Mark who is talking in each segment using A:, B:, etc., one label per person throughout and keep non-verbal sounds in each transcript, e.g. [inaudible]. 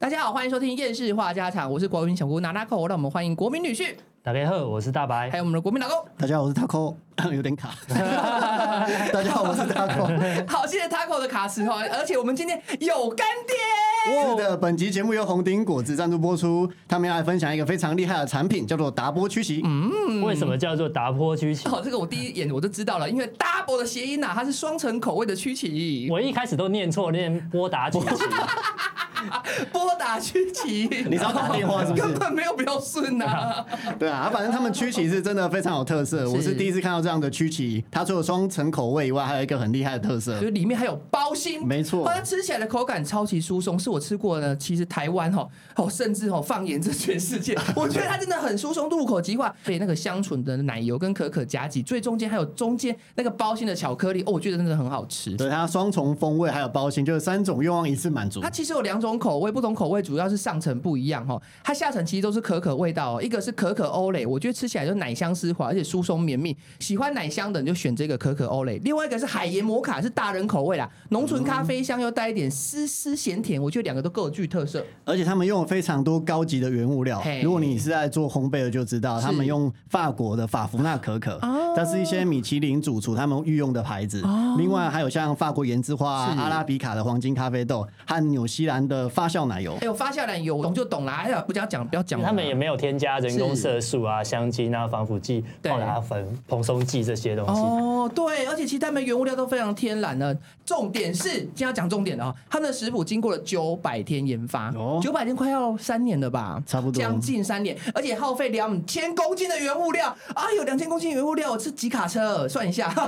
A: 大家好，欢迎收听《厌世话家常》，我是国民小姑娜娜扣，让我们欢迎国民女婿，
B: 大家好，我是大白
C: 哎
A: 还。有我们的国民老
C: [laughs]
A: 公。
C: 大家好，我是 Taco，有点卡。大家好，我是
A: [laughs]
C: Taco。
A: 好，谢谢 Taco 的卡池哈，而且我们今天有干爹，
C: 是的，本集节目由红顶果汁赞助播出，他们要来分享一个非常厉害的产品，叫做达波曲奇。
A: 嗯
B: 为什么叫做打破曲奇？
A: 哦好，这个我第一眼我就知道了，因为 double 的谐音啊呐、它是双层口味的曲奇，
B: 我一开始都念错，念波达曲奇。
A: 波打曲奇，
C: 你知道打电话是不
A: [laughs]
C: 是 [laughs]
A: 根本没有比较顺呐、
C: 对啊，反正他们曲奇是真的非常有特色，我是第一次看到这样的曲奇。它除了双层口味以外，还有一个很厉害的特色
A: 就，是里面还有包心，
C: 没错
A: 它吃起来的口感超级疏松，是我吃过的。其实台湾哈哦， [laughs] 甚至哦，放眼这全世
C: [laughs]
A: 界，我觉得它真的很疏松，入口即化。被那个香醇的奶油跟可可夹击，最中间还有中间那个包心的巧克力，哦，我觉得真的很好吃。
C: 对它双重风味还有包心，就是三种愿望一次满足
A: 它。其实有两种口味，不同口味主要是上层不一样哈，它下层其实都是可可味道哦，一个是可可欧蕾，我觉得吃起来就奶香丝滑，而且疏松绵密，喜欢奶香的你就选这个可可欧蕾。另外一个是海盐摩卡，是大人口味啦，浓醇咖啡香又带一点丝丝咸甜，我觉得两个都各有具特色。
C: 而且他们用了非常多高级的原物料
A: 嘿。
C: 如果你是在做烘焙的，就知道
A: 是哦
C: 他们用法国的法芙娜可可，它是一些米其林主厨他们御用的牌子。另外还有像法国盐之花啊、
A: 是
C: 阿拉比卡的黄金咖啡豆和纽西兰的发酵奶油
A: 哎。呦，发酵奶油懂就懂啦，哎呀，不要讲，不要讲了啦，
B: 他们也没有添加人工色素啊、香精啊、防腐剂、
A: 对
B: 泡打粉、蓬松剂这些东西。
A: 哦，对，而且其实他们原物料都非常天然的。重点是，今天要讲重点了哦，他们的食谱经过了九百天研发
C: 哦，
A: 九百、天快要三年了吧，
C: 差不多
A: 将近三年，而且耗费两千公斤的原物料，啊，有两千公斤原物料，我吃几卡车？算一下 [laughs]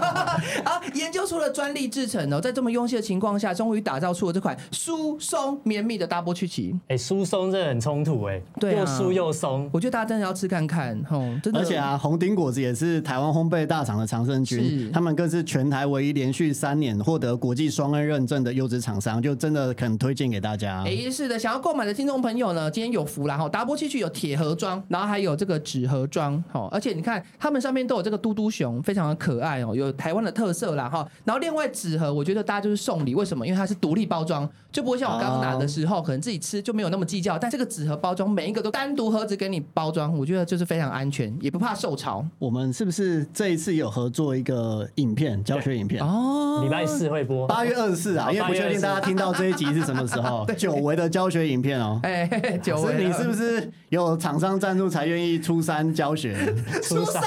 A: 啊！研究出了专利制成哦，在这么用心的情况下，终于打造出了这款疏松绵密的大波曲奇。
B: 哎，疏松真的很冲突哎，
A: 对啊
B: 又疏又松。
A: 我觉得大家真的要吃看看，吼、真的。
C: 而且啊，红顶果子也是台湾烘焙大厂的常胜
A: 是
C: 军，他们更是全台唯一连续三年获得国际双 N 认证的优质厂商，就真的很推荐给大家。
A: 哎，是的，想要购买的听众朋友呢，今天有福啦哈！达波器具有铁盒装，然后还有这个纸盒装，哈，而且你看它们上面都有这个嘟嘟熊，非常的可爱哦，有台湾的特色啦哈。然后另外纸盒，我觉得大家就是送礼，为什么？因为它是独立包装，就不会像我刚刚拿的时
C: 哦
A: 候，可能自己吃就没有那么计较。但这个纸盒包装，每一个都单独盒子给你包装，我觉得就是非常安全，也不怕受潮
C: 我们是不是这一次有合作一个影片教学影片？
A: 哦
B: 礼拜四会播，
C: 八月二十四啊，
B: 哦
C: 因为不确定大家听到这一集是什么时 [laughs] 候。久违的教学影片哦，
A: 哎，嘿嘿久
C: 所
A: 违
C: 以你
A: 了
C: 是不是有厂商赞助才愿意出山教学？ [laughs]
A: 初三？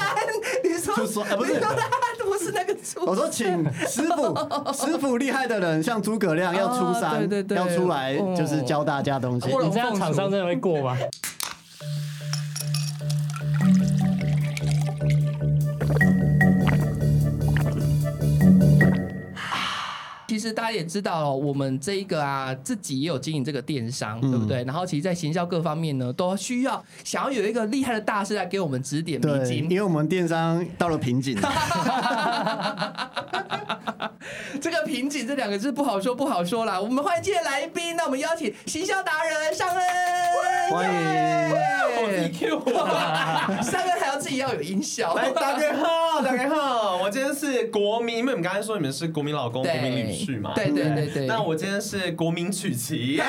A: 你说
C: 初三呃不是
A: 你说他不是那个初
C: 我说，请师傅， [laughs] 师傅厉害的人，像诸葛亮要出山，
A: 哦对对对
C: 要出来就是教大家东西。
A: 哦
B: 你这样厂商真的会过吗？
A: 其实大家也知道、哦，我们这一个啊，自己也有经营这个电商，
C: 嗯
A: 对不对？然后其实，在行销各方面呢，都需要想要有一个厉害的大师来给我们指点迷
C: 对，因
A: 津。
C: 为我们电商到了瓶 [laughs] 颈，
A: 这个瓶颈这两个字不好说，不好说啦。我们欢迎今天来宾，那我们邀请行销达人尚恩，
C: 欢迎
A: 耶 [laughs] 尚恩还要自己要有音
C: [laughs]
A: 效。
B: 哎
D: 来，大家好，大家好，我今天是国民，因为你们刚才说你们是国民老公、国
A: 对
D: 民女婿嘛，
A: 对
D: 不
A: 对对对
D: 那我今天是国民
A: [laughs]
D: 曲奇，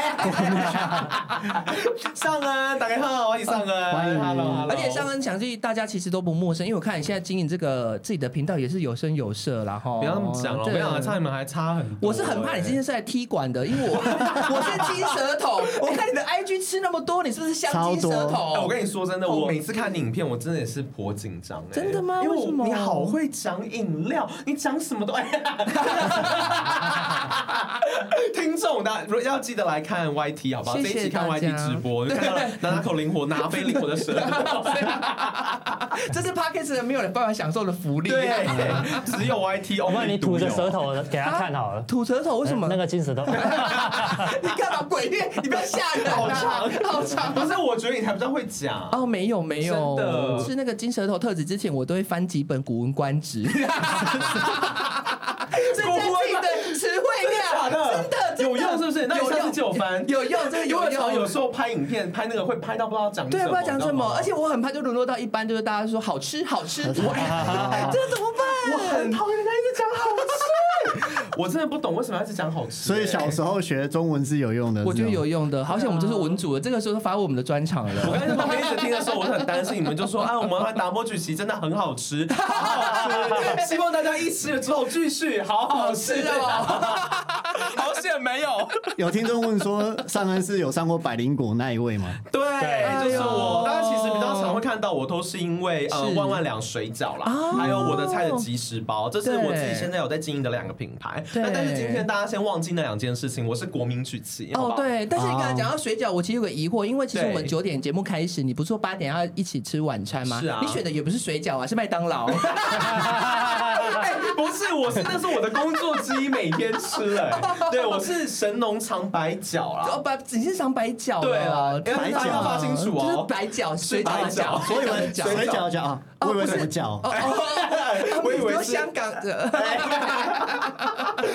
D: 上恩，大家好，欢迎上恩，
C: 欢迎
D: hello，hello
A: 而且尚恩想必大家其实都不陌生，因为我看你现在经营这个自己的频道也是有声有色啦，哈。
D: 不要那么讲了，
A: 哦
D: 我
A: 对
D: 跟你讲，差你们还差很多。
A: 我是很怕你今
D: 欸
A: 天是来踢馆的，因为我我是金舌头。我看你的 IG 吃那么多，你是不是香金舌
C: 超
D: 哎我
A: 头？
D: 跟你说真的，
A: 哦
D: 我每次看你影片，我真的也是颇紧张欸。
A: 真的吗
D: 因为
A: 为
D: 我
A: 什么
D: 你好会讲饮料，你讲什么都哎呀。 [laughs] 听众大家如果要记得来看 YT 好不好？
A: 谢谢
D: 这一期看
A: 大家
D: YT 直播，就看到拿拿口灵活，拿飞灵活的
A: [laughs]
D: 舌头。
A: 这是 Parkes 没有人办法享受的福利。
D: 对，只有 YT，
B: 我
D: 我
B: 帮你吐着舌，头给他看好了。哎
A: 吐舌头哎为什么？
B: 那个金舌头？ [laughs]
A: 你干嘛鬼面？你不要吓人啊！
D: 好
A: [laughs]
D: 长
A: 好长。
D: 不是，我觉得你还比较会讲。
A: 哦，没有没有，
D: 真的
A: 吃那个金舌头特质之前，我都会翻几本《古文观
D: [laughs]
A: 止》，增加自己的词汇量，
D: 真的假的
A: 真的真的
D: 有用是不是？那
A: 有
D: 你
A: 用
D: 下次借我翻。
A: 有用，真的
D: 因
A: 有
D: 为
A: 用。
D: 常有时候拍影片，拍那个会拍到不知道讲什么，
A: 对，
D: 啊
A: 不知道讲什么，而
D: 且。
A: 且我很怕就沦落到一般，就是大家说
D: [laughs]
A: 好吃好吃，我这怎么办？
D: 我很讨厌人家一直讲好吃。 [laughs] 我真的不懂为什么要一直讲好吃、欸
C: 所以小时候学中文是有用的。
A: 我觉得
C: 是吗
A: 有。用的。好险，我们这是文组的，这个时候发挥我们的专长
D: [laughs] 我
A: 了。
D: 刚才在旁边一直听的时候，我是很担心你们就说啊，我们达波曲奇真的很好吃，好好吃，希望大家一吃了之后继续好好吃哦。好险没有，
C: 有听众问说，上恩是有上过百灵果那一位 [laughs] 吗？
D: 对，
B: 对
D: 就是
A: 哎呦
D: 我。大家其实比较常会看到我，都是因为呃
A: 是
D: 万万两水饺啦，
A: 哦
D: 还有我的菜的即食包，这是我自己现在有在经营的两个品牌。
A: 对
D: 那但是今天大家先忘记那两件事情，我是国民曲奇，好不
A: 哦，
D: 好，
A: 对，但是你刚才讲到水饺，我其实有个疑惑，因为其实我们
D: 对
A: 九点节目开始，你不是说八点要一起吃晚餐吗？
D: 是啊
A: 你选的也不是水饺啊，是麦当
D: [laughs]
A: 劳。
D: 哎， [laughs] 不是，我是那是我的工作之一，每天吃 [laughs] 哎、对，我是神农尝百饺
A: 哦，
D: 啦。
A: 白，你是想白饺
D: 对
A: 啊
D: 啊，
A: 白
C: 大家要
D: 发清楚哦
A: 就是白饺，水饺的
D: 白
A: 饺，
D: 饺
A: 所 [laughs] 以
D: 水饺
C: 水饺饺啊，
A: 哦
C: 我以为
A: 不是
C: 什么饺？
A: 哦哦，
D: [laughs] 我以为
A: 你说
D: 是
A: 香港的，
D: [laughs]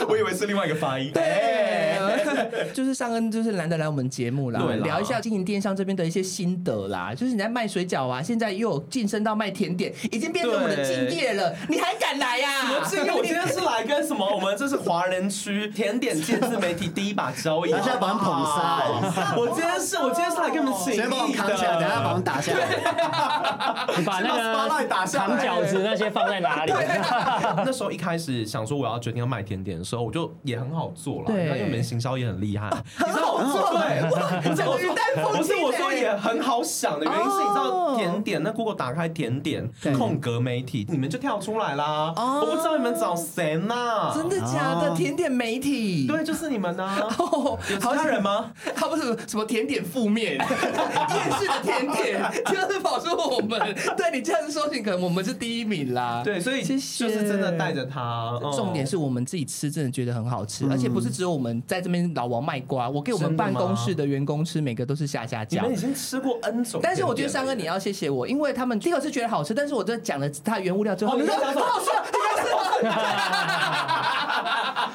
D: 我以为是另外一个发音。哎，
A: 对， [laughs] 就是上恩就是难得来我们节目啦
D: 对，啦
A: 聊一下经营电商这边的一些心得啦。就是你在卖水饺啊，现在又有晋升到卖甜点，已经变成我们的敬业了，你还敢来啊呀、
D: 我今天我今天是来跟什么？我们这是华人区甜点界自媒体第一把交椅，
C: 等一下把他们捧杀，
D: 我今天是我今天是来跟你们请
C: 哎
D: 益的，
C: 先把我们扛起来，等一下把我们打下来。
B: 你
A: [laughs]
B: 把那
D: 先把 spotlight 打
B: 个
D: 下
B: 糖
D: 来
B: 饺子那些放在哪里？
D: [laughs] 那时候一开始想说我要决定要卖甜点的时候，我就也很好做了，
A: 对啊
D: 因为我们行销也很厉害，
A: 很好做
D: 对
A: 哇，整个云淡风轻
D: 不是我说
A: 欸
D: 也很好想的原因是，你知
A: 哦
D: 道甜点那 Google 打开甜点
A: 对
D: 空格媒体，你们就跳出来啦。
A: 哦
D: 我不知道你们找谁呢？
A: 真的假的？
C: 啊
A: 甜点媒体，
D: 对，就是你们呢。
A: 哦，
D: 有其
A: 好
D: 他
A: 像
D: 人吗？
A: 他不是什么甜点负面， [laughs] 厌世的甜点，就是跑出我们。对你这样子说，你可能我们是第一名啦。
D: 对，所以
A: 啊谢
D: 就
A: 谢
D: 是真的带着他。嗯
A: 重点是我们自己吃，真的觉得很好吃，而且不是只有我们在这边老王卖瓜，我给我们
D: 真的
A: 办
D: 吗
A: 公室的员工吃，每个都是下下
D: 你
A: 脚
D: 们。已经吃过 N 种甜点了，
A: 但是我觉得三哥你要谢谢我，因为他们第一个是觉得好吃，但是我真的讲了它的原物料之后，
D: 哦你
A: 说
D: 刚
A: 好
D: 才说
A: 好吃啊，好吃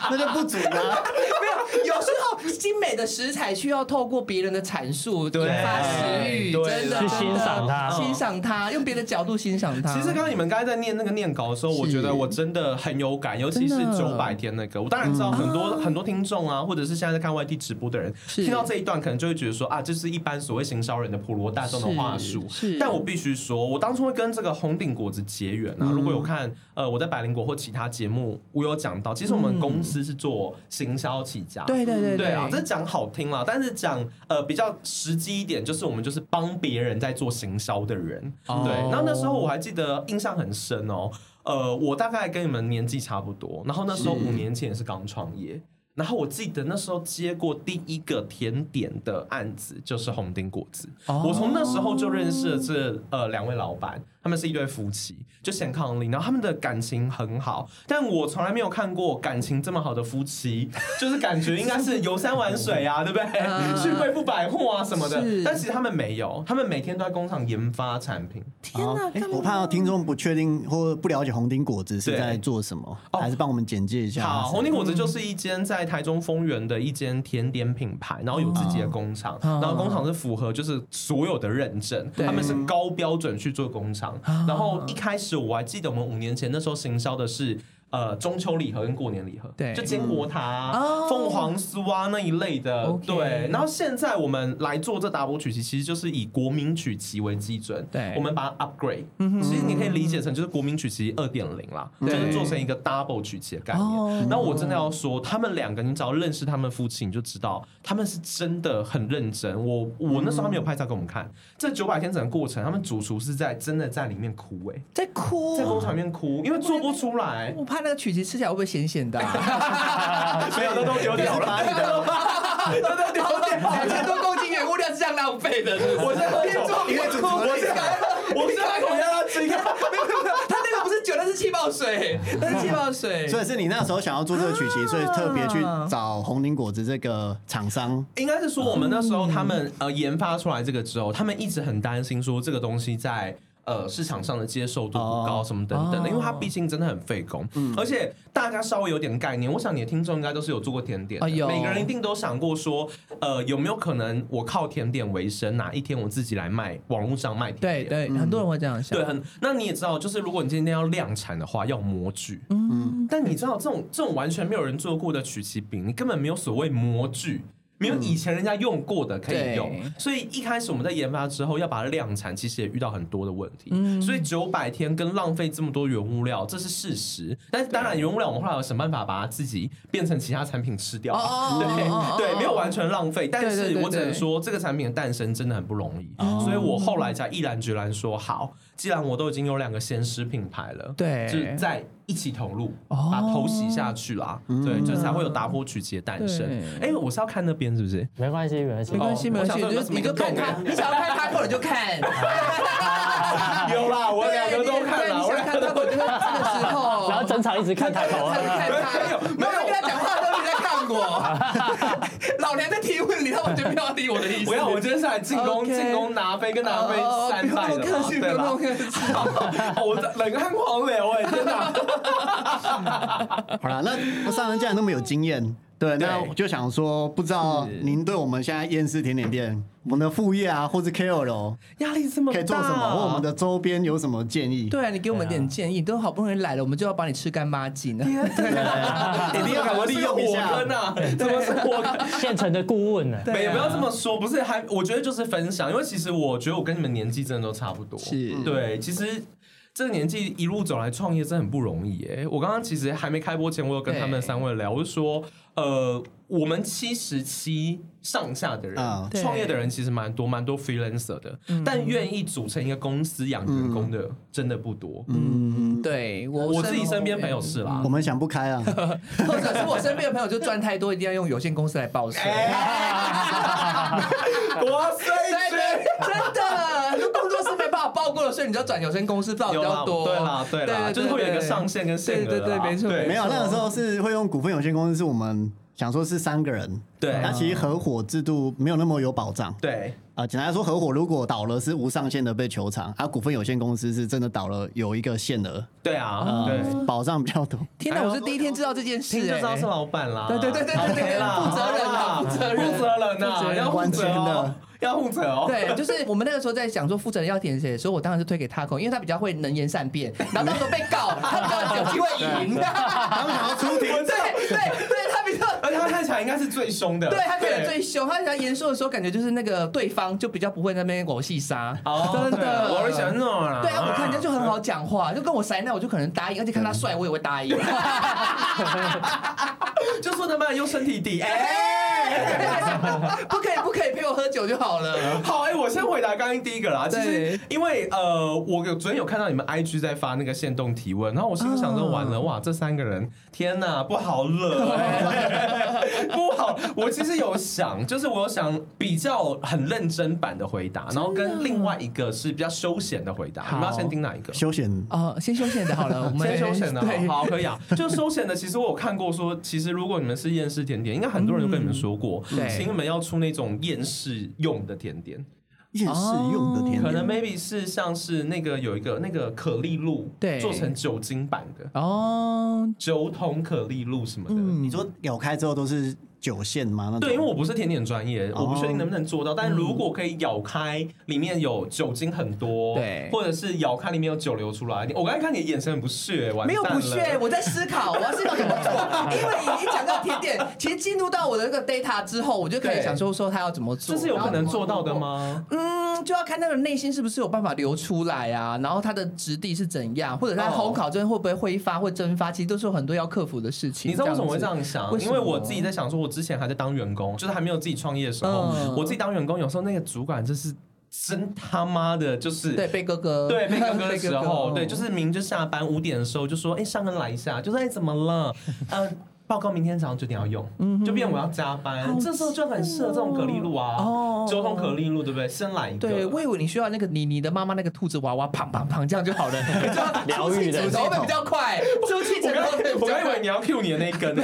C: 那就不啊足了。
A: 没有，有时候精美的食材需要透过别人的阐述
D: 对
A: 引发食欲，
D: 对
A: 真的
D: 去
A: 真的
B: 欣赏它哦
A: 欣赏它，用别的角度欣赏它。
D: 其实刚刚你们刚才在念那个念稿的时候，
A: 啊是
D: 我觉得我真的很有感，尤其是
A: 真的
D: 九百天那个，我当然知道很多、很多听众啊，或者是现在在看外地直播的人，
A: 是
D: 听到这一段可能就会觉得说啊，这是一般所谓行销人的普罗大众的话术。
A: 是是
D: 但我必须说，我当初会跟这个红顶果子结缘
A: 嗯
D: 啊。如果有看呃我在百灵果或其他节目，我有讲到，其实我们公司是做行销起家，
A: 对对对
D: 对啊，这讲好听啦，但是讲呃比较实际一点，就是我们就是帮别人在做行销的人。
A: 哦
D: 对，然后那时候我还记得印象很深哦，呃，我大概跟你们年纪差不多，然后那时候五年前也是刚创业。然后我记得那时候接过第一个甜点的案子就是红丁果子，
A: 哦
D: 我从那时候就认识了这呃两位老板，他们是一对夫妻，就显康林，然后他们的感情很好，但我从来没有看过感情这么好的夫妻，就是感觉应该是游山玩水啊，对不对？
A: 嗯
D: [laughs] 去贵妇百货啊什么的
A: 是，
D: 但其实他们没有，他们每天都在工厂研发产品。
A: 天
C: 好
A: 哪，
C: 哎
A: 干嘛
C: 我怕听众不确定或不了解红丁果子是
D: 对
C: 在做什么，
D: 哦
C: 还是帮我们简介一下？
D: 好，红顶果子就是一间在台中丰原的一间甜点品牌，然后有自己的工厂，
A: 嗯
D: 然后工厂是符合就是所有的认证，
A: 对嗯
D: 他们是高标准去做工厂。然后一开始我还记得我们五年前那时候行销的是。呃，中秋礼盒跟过年礼盒，
A: 对
D: 就坚果塔
A: 嗯哦
D: 啊、凤、凰酥啊那一类的
A: OK
D: 对。然后现在我们来做这 double 曲奇，其实就是以国民曲奇为基准，
A: 对嗯
D: 我们把它 upgrade，、其实你可以理解成就是国民曲奇二点零啦，就
A: 对
D: 是做成一个 double 曲奇的概念。
A: 哦
D: 那我真的要说，他们两个，你只要认识他们夫妻，你就知道他们是真的很认真。我我那时候还没有拍照给我们看，这九百天整个过程，他们主厨是在真的在里面哭、欸，
A: 在哭啊
D: 在，工厂里面哭，因为做不出来。
A: 我怕那个曲奇吃起来会不会咸咸的啊？ [laughs]
D: 没有，那都丢掉了，那都丢掉了。
A: 两千多公斤原物料是这样浪费的，是不是
D: 我在边做边哭，我是 [laughs] 我是在口要吃一个。
A: 他那个不是酒，那是气泡水，那是气泡水。
C: 所以是你那时候想要做这个曲奇，所以特别去找红林果子这个厂
D: [laughs]
C: 商。
D: 应该是说，我们那时候他们呃研发出来这个之后，他们一直很担心说这个东西在。呃市场上的接受度不
C: 哦
D: 高什么等等的，
A: 哦嗯
D: 因为它毕竟真的很费工，而且大家稍微有点概念，我想你的听众应该都是有做过甜点的，
A: 哎呦
D: 每个人一定都想过说，呃，有没有可能我靠甜点为生，哪一天我自己来卖网络上卖甜
A: 对
D: 点？
A: 对，很多人会这样想
D: 对，。很。那你也知道，就是如果你今天要量产的话，要模具。嗯，但你知道这种这种完全没有人做过的曲奇饼，你根本没有所谓模具。没有以前人家用过的可以用
A: 嗯对，
D: 所以一开始我们在研发之后要把它量产，其实也遇到很多的问题。
A: 嗯
D: 所以九百天跟浪费这么多原物料，这是事实。但是当然，原物料我们后来有想办法把它自己变成其他产品吃掉啊。
A: 哦哦哦哦哦哦
D: 对对，没有完全浪费。但
A: 对对
D: 是
A: 对
D: 我只能
A: 对哦
D: 说。说这个产品的诞生真的很不容易，所以我后来
A: 嗯
D: 才毅然决然说好，既然我都已经有两个先师品牌了，
A: 对
D: 就是在一起投入，
A: 哦嗯
D: 把头洗下去啦，对，就才会有打破曲奇的诞生
A: 对。
D: 哎，我是要看那边是不是？
B: 没关系，没关系
A: 没。关系，
D: 哦
A: 没关系，
D: 我想说
A: 就是你就
D: 有什么
A: 看他，
D: 动
A: 你想要看他扣你就看。
D: [laughs] 有啦，我两个都看
A: 对
D: 了，
A: 你
D: 我
A: 想
D: 两
A: 看
D: 个
A: 他
D: 都
A: 扣就是这个时候，
B: 然后整场一直看他头
A: 他就
B: 啊，
A: 看他，
D: 没有没有
A: 我在跟他讲话的时候你在看我，老娘在提问你，他完全没有理我的意思。
D: 不 [laughs] 要，我今天是来进攻
A: OK
D: 进攻拿飞跟拿飞
A: 哦
D: 三败的
A: 不用那么
D: 嘛
A: 客，气，不
D: 对
A: 用那
D: 吧
A: 么？客气。
D: [laughs] 哦我冷汗狂流哎，天
A: [laughs]
D: 哪！
C: 好了，那上人既然那么有经验，对，那
D: 对
C: 我就想说，不知道您对我们现在厌世甜点店，我们的副业啊，或是 KOL
D: 压力这么大，
C: 可以做什么，或我们的周边有什么建议？
A: 对啊，你给我们点建议，都好不容易来了，我们就要把你吃干抹净了。
D: 哎
C: 对，一定要赶快利用一
D: 火
C: 下
D: 坑。啊！ [laughs] 怎么是火坑？
B: 现成的顾问呢？
A: 对
D: 没
A: 啊
D: 有不要这么说，不是还我觉得就是分享，因为其实我觉得我跟你们年纪真的都差不多，
A: 是
D: 对，其实。这个年纪一路走来创业真的很不容易诶、我刚刚其实还没开播前，我有跟他们三位聊，我就说，呃，我们七十七上下的人，
C: 嗯
A: 对
D: 创业的人其实蛮多，蛮多 freelancer 的，
A: 嗯
D: 但愿意组成一个公司养员工的真的不多。
A: 嗯，对我
D: 我自己身边朋友是啦
C: 我，们想不开啊，
A: 或者是我身边的朋友就赚太多，一定要用有限公司来报税。
D: 多衰
A: 对
D: 绝。
A: 对，真的，就工作室没办法报过的税，你就要转有限公司报比
D: 有啦
A: 较多。
D: 对啦，对啦，就是会有一个上限跟限额啦。
A: 对对对没错
D: 对
A: 没
C: 没有
A: 错
C: 那个时候是会用股份有限公司，是我们想说是三个人，
D: 对
C: 那其实合伙制度没有那么有保障。
D: 对
C: 啊，简单来说，合伙如果倒了是无上限的被求偿，啊，股份有限公司是真的倒了有一个限额，
D: 对
A: 哦
D: 啊，对，
C: 呃， [laughs] 保障比较多。
A: 天哪，我是第一天知道这件事、
D: 哎听
A: 欸，
D: 就知道是老板啦。
A: 对对对对对对
D: OK 啦
A: 负责人啊
D: 好啦
A: 负责人
D: 负责人
A: 负责
D: 呐，
A: 人
D: 要负
C: 关
D: 责
C: 键
D: 哦
C: 的，
D: 要负责哦。
A: [laughs] 对，就是我们那个时候在想说负责人要填写的时候，我当然是推给 Taco，因为他比较会能言善辩，然后到时候被告，他比较有机会赢。
C: 他们想要出庭，
A: 对 [laughs] 对对，他比较。
D: 而且他看起来应该是最凶的，
A: 对他可能最凶，他想严肃的时候，感觉就是那个对方就比较不会在那边狗戏杀，
D: 哦，
A: 真
D: 对
A: 的。
D: 我会想那种啦。
A: 对啊，我看人家就很好讲话，就跟我塞那我就可能答应，而且看他帅我也会答应。
D: 就说他妈用身体抵，哎。
A: 哎
D: [laughs]
A: 不可以不可以陪我喝酒就好了。
D: 好，哎、我先回答刚刚第一个啦。其
A: 对
D: 实因为呃，我有昨天有看到你们 IG 在发那个限动提问，然后我心里想
A: 啊
D: 说，完了，哇，这三个人，天哪，不好
A: [laughs]
D: 惹、 [laughs] 哎不好。我其实有想，就是我有想比较很认真版的回答，然后跟另外一个是比较休闲的回答。你们要先听哪一个？
C: 休闲
A: 哦，先休闲的好了，
D: [laughs]
A: 我们
D: 先休闲的
A: 对，
D: 好，好可以啊。就休闲的，其实我有看过说，其实如果你们是厌世甜点，应该很多人都跟你们说过，
A: 嗯对
D: 请你们要出那种厌世用的甜点，
C: 厌世用的甜
D: 哦可能
A: 嗯
C: 点，
D: maybe 是像是那个有一个那个可丽露，
A: 对
D: 做成酒精版的
A: 哦，
D: 酒桶可丽露什么的。
A: 嗯
C: 你说咬开之后都是酒线吗？那种
D: 对，因为我不是甜点专业，
C: 哦
D: 我不确定能不能做到。但如
A: 嗯
D: 果可以咬开，里面有酒精很多，
A: 对
D: 或者是咬开里面有酒流出来。你我刚才看你的眼神很不屑，完蛋了
A: 没有不屑，，我在思考，我要思考怎
D: [laughs]
A: 么做。因为你一讲到甜点，其实进入到我的那个 data 之后，我就可以
D: 对
A: 想说说他要怎么做，
D: 这是有可能做到的
A: 然后怎么做？
D: 吗？
A: 嗯，就要看那个内心是不是有办法流出来啊，然后它的质地是怎样，或者它
D: 哦
A: 烘烤之后会不会挥发或蒸发，其实都是有很多要克服的事情。
D: 你知道为什么会这
A: 子？
D: 样想？
A: 为什
D: 因
A: 么
D: 为我自己在想说，我之前还在当员工，就是还没有自己创业的时候，
A: 嗯
D: 我自己当员工，有时候那个主管就是真他妈的，就是
A: 对，贝哥哥，
D: [laughs] 对，被哥哥的
A: 贝 [laughs]
D: 时候，对，就是是明就下班五点的时候就说，哎、上恩来一下，就说哎、怎么 [laughs] 了？呃，报告明天早上九点要用，就变我要加班，这时候就很适合这种可丽露啊，
A: 哦
D: 九桶可丽露，对不对？先来一个，
A: 对，我以为你需要那个你你的妈妈那个兔子娃娃，砰砰砰，这样就
D: [laughs]
A: 好了，你知道吗
B: 疗愈的
A: 出气枕头会比较快，出气
D: 我
A: 枕
D: 刚
A: 头会比
D: [laughs] 我
A: 较
D: 刚以为
A: 快。
D: 你要 Q 你的那一根、欸，
A: [laughs]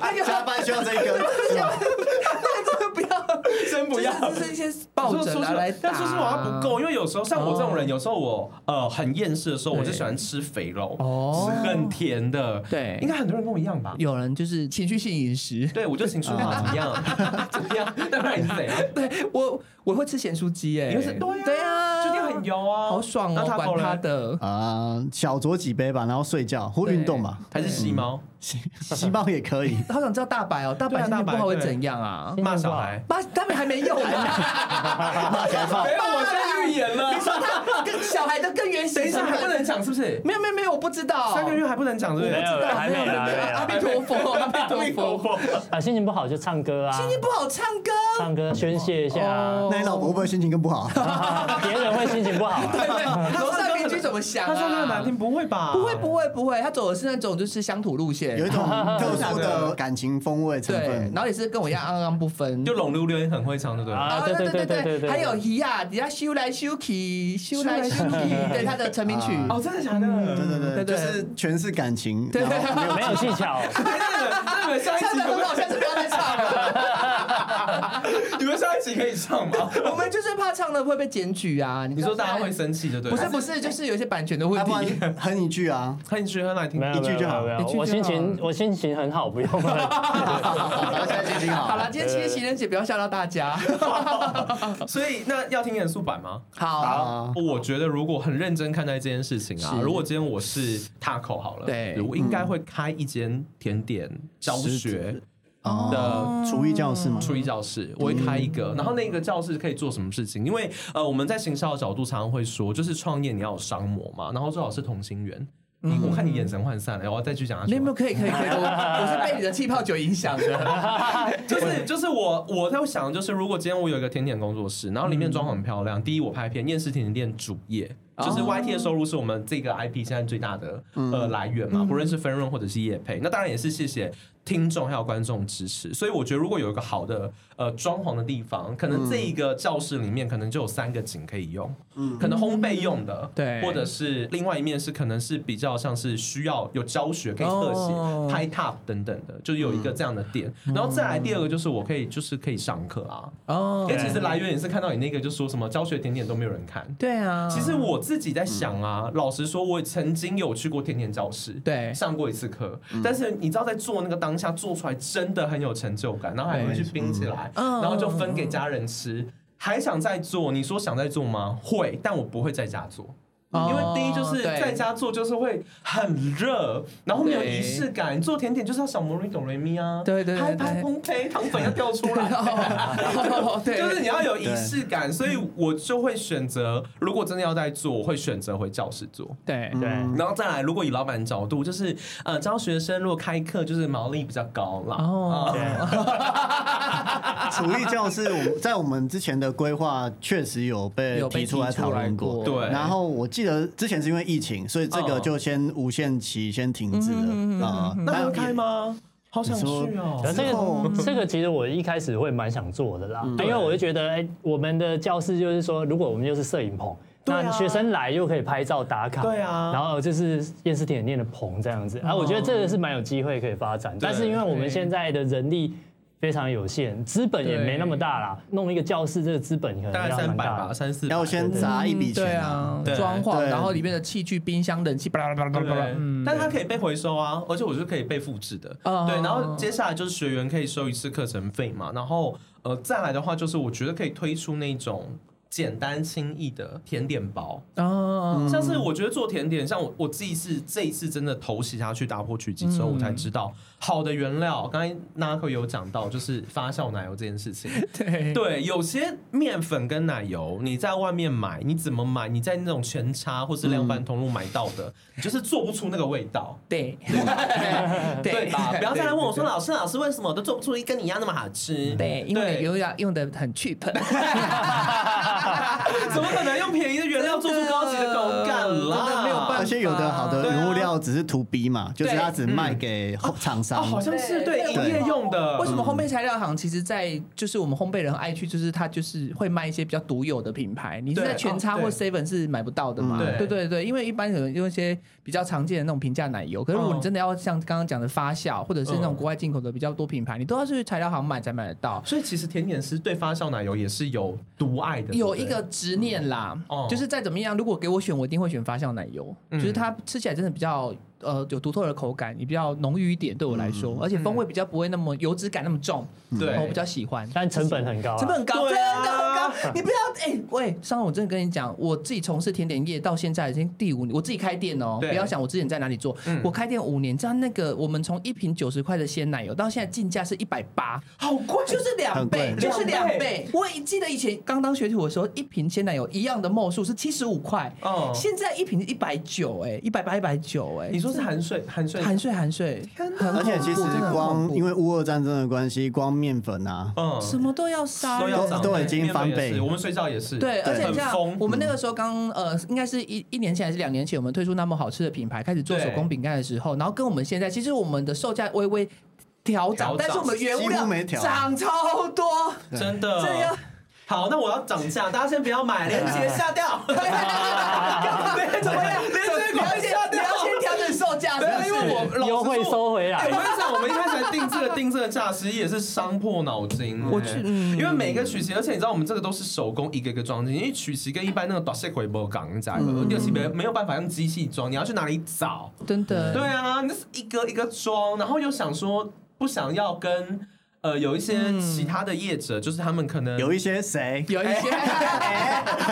A: 那个
C: [laughs] 加班需要这一根，是吧？
A: 那个真的不要，
D: 真不要。
A: 这是一些抱
D: 就
A: 枕
D: 是
A: 拿来打
D: 但就是我还不够，因为有时候像我这种人，
A: 哦
D: 有时候我呃很厌世的时候，
A: 对
D: 我就喜欢吃肥肉，
A: 哦
D: 吃很甜的。
A: 对
D: 应该很多人跟我一样吧？
A: 有人就是情绪性饮食，
D: 对，我就情绪化，怎么样？ [laughs] 怎么样？当然是怎样？
A: 对我我会吃咸酥鸡哎，
D: 你就是对啊
A: 对啊，
D: 就一定很油啊，
A: 好爽
D: 那
A: 哦，
D: 他
A: 管
D: 够了
A: 他的，
C: [laughs] 啊，小酌几杯吧，然后睡觉或
A: 对
C: 运动 [laughs] 吧，
D: 还是吸猫
C: 吸吸爆也可以。
A: 好想知道大白哦，大白
D: 对啊
A: 心情不
D: 大
A: 好
D: 白
A: 会
D: 对
A: 怎样啊？
D: 骂小孩？
A: 妈，他们还没
D: [laughs]
A: 有呢，嗯
D: 没有，我在预言了。
A: 跟小孩的更原始
D: 等一
A: 成
D: 下还不
A: 本，
D: 能讲，是不是？
A: 没有没有没有，我不知道，
D: [laughs] 三个月还不能讲，是不
B: 没
D: 是？
B: 有，还没
A: 没有
B: 啦，
A: 没
B: 没
A: 有阿
B: 有。
A: 弥陀佛，阿弥陀佛，
B: 啊，心情不好就唱歌啊，
A: 心情不好唱歌，
B: 唱歌宣泄一下啊。
A: 哦
C: 那你老婆会不会心情更不好？
B: [laughs] 别人会心情不好啊。
A: 对对，楼上邻居怎么想啊？
D: 他唱的很难听，不会吧？
A: 不会不会不会，他走的是那种就是乡土路线
C: [laughs] 有一，种特殊
D: 真的
C: 的感情风味成
A: 对
C: 分，
A: 然。后也是跟我一样昂昂不分，
D: 就龙溜溜也很会唱，对不对？
B: 啊对对对对对对
A: 还有鱼啊，底下修来修去，修来修去，对他的成名曲，
C: 啊
D: 哦，真的假的？
C: 对对
A: 嗯对对
C: 对，就是全是感情，
A: 对
C: 然后没有
B: [laughs] 没有技巧，
D: 哎那你们下一
A: 唱
D: 集
A: 的 [laughs] 很好，下次不要再唱 [laughs] 了。
D: 你们下一集可以唱吗？
A: 我们就是怕唱了会被检举啊，你
D: 你
A: 知道
D: 说大家会生气，就对。
A: 不是不是，就是有一些版权的
C: 要
A: 问
C: 不
A: 题。
C: 然哼一句啊，
D: 很喜欢来听
B: 没。有
C: 一
B: 没
C: 句
B: 有
C: 就好
B: 没有，
A: 一句就好
B: 我心情我心情很好，不用 [laughs] 了。
C: 大家心情
A: 好
C: 好。
A: 了，今天七夕情人节不要吓到大家。
D: 所以那要听严肃版吗？
A: 好，
C: 啊，
D: 哦我觉得如果很认真看待这件事情啊
A: 是，
D: 如果今天我是 Taco 好了，
A: 对
D: 我应该会开一间甜点教学的
C: 哦，厨艺教室吗？
D: 厨艺教室，我会
A: 嗯
D: 开一个，然后那个教室可以做什么事情？因为呃，我们在行销的角度常常会说，就是创业你要有商模嘛，然后最好是同心圆。你我看你眼神涣散了，我要再去讲下去
A: 你
D: 吗。
A: 有没有可以可以可以？我我是被你的气泡酒影响的。
D: 就是就是我我在想，就是如果今天我有一个甜点工作室，然后里面装潢很漂亮，第一我拍片，厌世甜点店主业。就是
A: 哦
D: YT 的收入是我们这个 IP 现在最大的呃来源嘛，不论是分润或者是业配，那当然也是谢谢听众还有观众支持。所以我觉得如果有一个好的呃装潢的地方，可能这一个教室里面可能就有三个景可以用，可能烘焙用的，
A: 对
D: 或者是另外一面是可能是比较像是需要有教学可以特写、
A: 哦嗯
D: 拍 top 等等的，就是有一个这样的点。然后再来第二个就是我可以就是可以上课啊，
A: 哦
D: 因为其实来源也是看到你那个就说什么教学甜点都没有人看。
A: 对啊，
D: 其实我自己在想啊，老实说，我曾经有去过甜甜教室，
A: 嗯对嗯
D: 上过一次课，但是你知道，在做那个当下做出来真的很有成就感，然后还会去冰起来，
A: 嗯
D: 然后就分给家人吃。还想再做？你说想再做吗？会，但我不会在家做。
A: 哦
D: 因为第一就是
A: 对
D: 在家做就是会很热，然后没有仪式感。你做甜点就是要小魔女哆瑞咪啊，
A: 对对对
D: 拍拍
A: 对
D: 烘焙，糖粉要掉出
A: [laughs]
D: 来，
A: 哦对，
D: 就是你要有仪式感，所以我就会选择，如果真的要在做，我会选择回教室做。
A: 对
B: 对，
C: 啊
D: 然后再来，如果以老板角度，就是呃，教学生如果开课，就是毛利比较高啦。
A: 哦
D: 啊
C: 厨艺教室，我们在我们之前的规划确实有被
A: 有被
C: 提出来
A: 提出
C: 讨
A: 来
C: 论
A: 过
C: 过。
D: 对
C: 然后我记得之前是因为疫情，所以这个
D: 嗯
C: 就先无限期先停止了啊。
D: 那还会
C: 但
D: 开吗？好想去
C: 你
D: 哦、嗯
B: 然后这
C: 之
B: [laughs]
C: 后
B: 个这个其实我一开始会蛮想做的啦，因为我就觉得，哎，我们的教室就是说，如果我们就是摄影棚。
D: 对啊
B: 那学生来又可以拍照打卡，
D: 对啊
B: 然后就是夜市点店的棚这样子，啊，我觉得这个是蛮有机会可以发展，但是因为我们现在的人力非常有限，资本也没那么大啦，弄一个教室这个资本可能
D: 大概
B: 要
D: 三
B: 蛮
D: 百
B: 大的
D: 吧，，三四百。
C: 要先砸一笔
A: 对
C: 钱啊。
A: 啊，
D: 对
A: 装潢，
C: 对
A: 然后里面的器具、冰箱、冷气，巴拉巴拉巴
D: 对
A: 拉巴拉。嗯，
D: 但它可以被回收啊，而且我是可以被复制的。
A: 哦
D: 对，然后接下来就是学员可以收一次课程费嘛，然后呃再来的话就是我觉得可以推出那种简单轻易的甜点包，
A: 哦，
D: 像是我觉得做甜点，像我我自己是这一次真的投洗下去打破曲奇之后，我
A: 嗯
D: 才知道好的原料，刚才 Naco 有讲到就是发酵奶油这件事情，
A: 对
D: 对，有些面粉跟奶油，你在外面买，你怎么买？你在那种全差或是
A: 嗯
D: 量贩通路买到的，你就是做不出那个味道，
A: 对
D: 对
A: 对 [laughs] 嗯
D: 吧？不要再来问我说，老师，老师为什么我都做不出跟你一样那么好吃？
A: 对，因为
D: 对
A: 油要用的很 cheap。
D: 怎么可能用便宜的原料做出高级的口感啦？
A: 真的没有办法
D: 法。
C: 而且有的好的
D: 对啊
C: 原物料只是 to B 嘛，就是它只卖给后厂
D: 哦，
C: 商。
D: 好像是对
E: 对
D: 营业用的。
A: 为什么烘焙材料行其实，在就是我们烘焙人爱去，就是它就是会卖一些比较独有的品牌，你是
D: 对
A: 在全差
D: 哦
A: 或
D: 对
A: Seven 是买不到的嘛？
D: 嗯
A: 对
D: 对
A: 对对，因为一般可能用一些比较常见的那种平价奶油，可是如果你
D: 嗯
A: 真的要像刚刚讲的发酵，或者是那种
D: 嗯
A: 国外进口的比较多品牌，你都要去材料行买才买得到。
D: 所以其实甜点师对发酵奶油也是有独爱的，
A: 有
D: 对
A: 一
D: 不对
A: 个执念啦，
D: 哦
A: 就是再怎么样，如果给我选，我一定会选发酵奶油，
D: 嗯
A: 就是它吃起来真的比较呃有独特的口感，也比较浓郁一点，对我来说，而且风味比较不会那么油脂感那么重，
D: 嗯
A: 哦
D: 对
A: 我比较喜欢。
B: 但成本很高啊。
A: 成本很高，真
D: 对
A: 的
D: 啊
A: 很高。你不要哎、喂，上次我真的跟你讲，我自己从事甜点业到现在已经第五年，我自己开店哦、
D: 对
A: 不要想我之前在哪里做，
D: 嗯
A: 我开店五年，知道那个我们从一瓶九十块的鲜奶油哦到现在进价是一百八，
D: 好贵，
A: 就是两
C: 很
A: 倍
C: 贵，
A: 就是两
D: 两倍
A: 倍。我也记得以前刚当学徒的时候，一瓶鲜奶油一样的墨数是七十五块，
D: 哦
A: 现在一瓶一百九，哎，一百八、一百九，哎，
D: 你说是含税，含税，啊
A: 含税含税，很
C: 而且
A: 恐
C: 其实
A: 怖真的很恐
C: 光
A: 怖
C: 因为乌俄战争的关系，光面粉啊，
D: 嗯
A: 什么都要杀，
D: 都要涨，
C: 都已经
D: 面粉也
C: 翻倍
D: 是我们睡觉也是，
A: 对，而且
D: 很
A: 你像
D: 疯
A: 我们那个时候刚呃，应该是一一年前还是两年前，我们推出那么好吃的品牌，开始做手工饼干的时候，然后跟我们现在，其实我们的售价微微调涨
D: 调，
A: 但是我们原物
C: 几
A: 料
C: 乎没调
A: 涨超多，
D: 真的
A: 这样。
D: 好，那我要涨价，大家先不要买，链
C: 啊
D: 接下掉，链
A: 怎么样？
D: 接
A: 你要
D: 管
A: 先
D: 下
A: 你
D: 掉
A: 要。先调整售价，是
D: 对
A: 不，是
D: 因为我老实说
B: 优惠收回
D: 哎我
B: 来，
D: 跟你 [laughs] 讲，我们一开始来定这个定这个价，其实也是伤破脑筋。
A: 我去嗯
D: 因为每个曲奇，而且你知道我们这个都是手工一个一个装进，因为曲奇跟一般那个短线回波港，你知道
A: 嗯
D: 吗？尤其没没有办法用机器装，你要去哪里找？
A: 真的
D: 对啊，那是一个一个装，然后又想说不想要跟呃有一些其他的业者，就是他们可
A: 嗯
D: 能
C: 有一些谁
A: 有一些。
D: [laughs]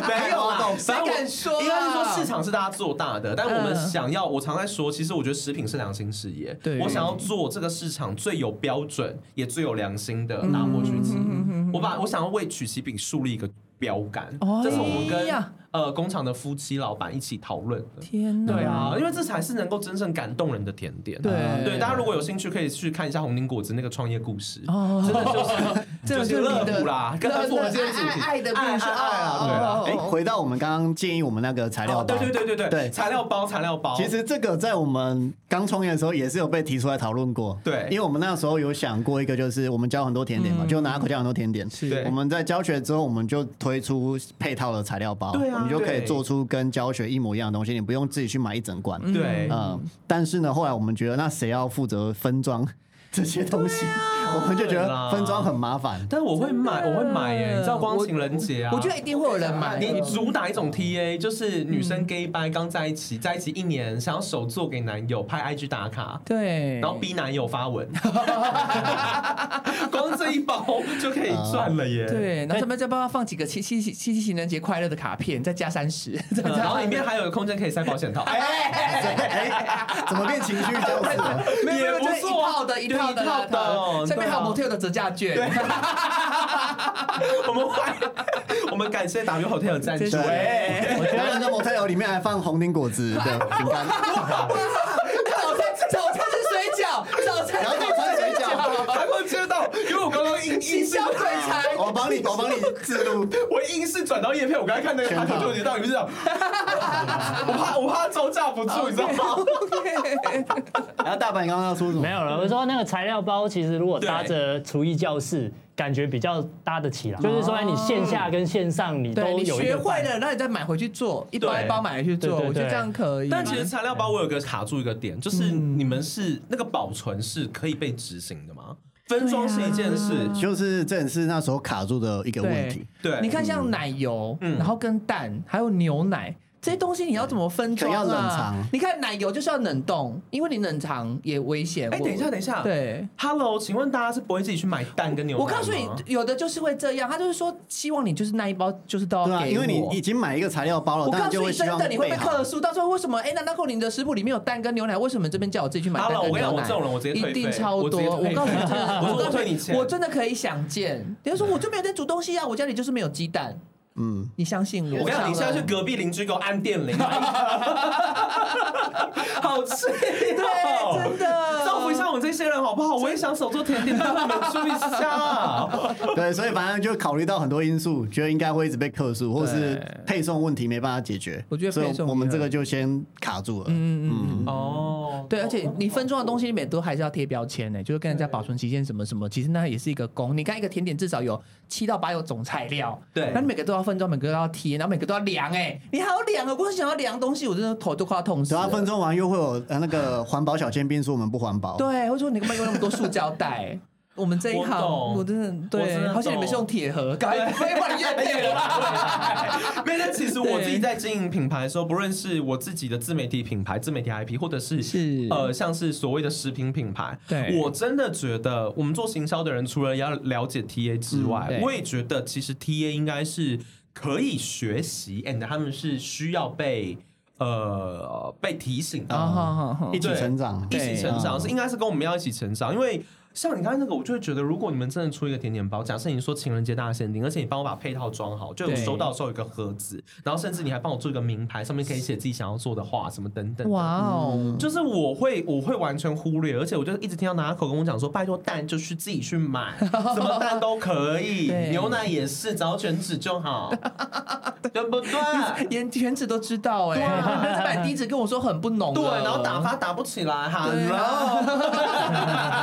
D: 没有啦，
A: 谁
D: 反正我
A: 敢说啊
D: 应该是说市场是大家做大的，但我们
A: 嗯
D: 想要，我常在说，其实我觉得食品是良心事业，
A: 对
D: 我想要做这个市场最有标准也最有良心的拿破曲奇，
A: 嗯
D: 我把我想要为曲奇饼树立一个标杆，
A: 哦
D: 这是我们跟
A: 呀
D: 呃工厂的夫妻老板一起讨论的。
A: 天哪！
D: 对啊，因为这才是能够真正感动人的甜点。啊
A: 对
D: 对，大家如果有兴趣，可以去看一下红林果子那个创业故事。
A: 哦，
D: 真的就是
A: 这
D: 就是
A: 你
D: 乐
A: 的
D: 谷啦，跟
A: 乐
D: 我们今天主题
A: 爱爱的故事
D: 爱爱爱啊对啊
A: 哦哦
C: 哎，
A: 哦哦
C: 回到我们刚刚建议我们那个材料
D: 哦，
C: 包，
D: 对对哦对对对，
C: 对
D: 材料包材料包，
C: 其实这个在我们刚创业的时候也是有被提出来讨论过。
D: 对嗯
C: 因为我们那时候有想过一个，就是我们教很多甜点嘛，就拿口教很多甜点。
D: 对
C: 我们在教学之后，我们就推出配套的材料包，
D: 对啊
C: 我们就可以
D: 对
C: 做出跟教学一模一样的东西，你不用自己去买一整罐。
D: 对，
C: 嗯，但是呢，后来我们觉得，那谁要负责分装这些东西？ [laughs] 我们就觉
D: 啊对啦
C: 得分装很麻烦。
D: 但我会买，我会买耶，你知道光
A: 我
D: 情人节啊，
A: 我觉得一哎定会有人买。
D: 你主打一种 TA，就是女生 gay 掰刚在一起，在一起一年，想要手做给男友拍 IG 打卡，
A: 对，
D: 然后逼男友发文，光这一包就可以赚了耶。。嗯
A: 对，然后顺便再帮他放几个七七七七情人节快乐的卡片，再加三十， [laughs] 哎
D: 然后里面还有空间可以塞保险套，
C: 哎哎，怎么变情绪教室了？
A: 没有没有，
D: 也不
A: 就是一
D: 错啊
A: 套的，一套的
D: 对一
A: 啦，
D: 套的哦
A: 下面还有
D: 对
A: motel
D: 啊
A: 的折价券，
D: 我们 [laughs] 会，我们感谢 W Hotel
A: [laughs]
D: 赞助
A: 真，是
D: 哎
C: 我觉得那 motel 里面还放红丁果
A: [laughs]
C: 汁的饼干，
A: 早餐早餐是水饺，早餐
C: 然后再
A: 是
C: 穿水饺。
D: 还没有接到，因为我刚刚硬
A: 行
D: 硬是
A: 销鬼才，
C: 我帮你，我帮你
A: [laughs]
C: 自录。
D: 我硬是转到叶片，我刚才看那个
C: 全
D: 他
C: 套
D: 就纠结到，你们是这样， [laughs] 我怕我怕招架不住，你知道吗？
C: 然后大阪你刚刚要说什
B: 没
C: 么？
B: 有了。我说那个材料包，其实如果搭着厨艺教室，感觉比较搭得起来。就是说，哎你线下跟线上你
A: [laughs]
B: 都
A: 对你
B: 有一
A: 学
B: 个
A: 会
B: 伴
A: 了，那你再买回去做，一包
D: 对
A: 一包买回去做，
B: 对对
A: 我觉得
B: 对
A: 这样可以。
D: 但其实材料包我有个卡住一个点，就是你们是那个保存是可以被执行的吗？分装是一件事，
C: 就是这也是那时候卡住的一个问题，
D: 对，嗯
A: 你看
C: 嗯
A: 像奶油，然后跟蛋，还有牛奶。这些东西你要怎么分装啊？
C: 可能要冷藏
A: 你看奶油就是要冷冻，因为你冷藏也危险。
D: 哎，
A: 我
D: 等一下，等一下，
A: 对，
D: ，Hello，请问大家是不会自己去买蛋跟牛奶
A: 我
D: 吗
A: 告诉你，有的就是会这样，他就是说希望你就是那一包就是都要
C: 对
A: 哦给
C: 啊，
A: 我。
C: 因为你已经买一个材料包了，
A: 我
C: 哦当
A: 告
C: 然就
A: 诉
C: 会
A: 你，
C: 希
A: 真
C: 望
A: 的你会被
C: 备好。
A: 克诉。到时候为什么？哎，难道扣你的食谱里面有蛋跟牛奶？为什么这边叫我自己去买蛋
D: 好了
A: 跟
D: 我跟你
A: 牛
D: 讲
A: 奶？
D: 我这种人我直接
A: 一
D: 退
A: 定
D: 费
A: 超
D: 我直
A: 多。
D: 接
A: 我
D: 退
A: 告诉你，
D: 费
A: 真的
D: 我说
A: 告诉
D: 我退你
A: 你，
D: 钱
A: 我真的可以想见。比如说，我就没有在煮东西啊，我家里就是没有鸡蛋。嗯，你相信我。
D: 我跟你讲，你现在去隔壁邻居给我按电铃， [laughs] 好气、哦！
A: 对，真的
D: 造福一下我们这些人好不好？我也想手做甜点，帮你们注意一下。
C: 对，所以反正就考虑到很多因素，觉得应该会一直被客诉，或是配送问题没办法解决。
A: 我觉得
C: 所
A: 配
C: 以
A: 送
C: 我们
A: 也
C: 这个就先卡住了。嗯嗯嗯。
D: [laughs] 哦，
A: 对，而且你分装的东西里面都还是要贴标签呢、就是跟人家保存期限什么什么，其实那也是一个工。你看一个甜点至少有七到八有总材料，
D: 对
A: 那你每个都要分装，每个都要贴，然后每个都要量哎、你还要量啊！我光想要量东西，我真的头都快要痛死
C: 等他
A: 了。
C: 啊分钟完又会有呃那个环保小尖兵说我们不环保。
A: 对，我说你干嘛用那么多塑胶 [laughs] 袋？哦我们这一行，
D: 我懂
A: 我真的
D: 我真
A: 对，
D: 的
A: 好像你们是用铁盒，赶快不要把你用铁盒 [laughs] 吧。
D: 没有，但其实我自己在经营品牌的时候，不论是我自己的自媒体品牌、自媒体 IP，或者是
A: 是
D: 呃，像是所谓的食品品牌，
A: 对
D: 我真的觉得我们做行销的人，除了要了解 TA 之外，
A: 嗯对
D: 我也觉得其实 TA 应该是可以学习，and 他们是需要被呃被提醒的。
A: 啊好好好
C: 一，起成长，
D: 一起成长
C: 对
D: 是应该是跟我们要一起成长，因为像你刚才那个，我就会觉得，如果你们真的出一个甜点包，假设你说情人节大限定，而且你帮我把配套装好，就有
A: 对
D: 收到的时候有一个盒子，然后甚至你还帮我做一个名牌，上面可以写自己想要做的话什么等等的。
A: [laughs] 哇哦，
D: 就是我会我会完全忽略，而且我就一直听到拿口跟我讲说，拜托蛋就去自己去买，什么蛋都可以
A: 对，
D: 牛奶也是，只要全脂就好，对不对？
A: 连全子都知道哎、
D: 对
A: 欸，
D: 啊
A: 但是买低脂跟我说很不浓了，
D: 对，然后打发打不起来哈，
A: 对
D: 然
A: [laughs]
D: 后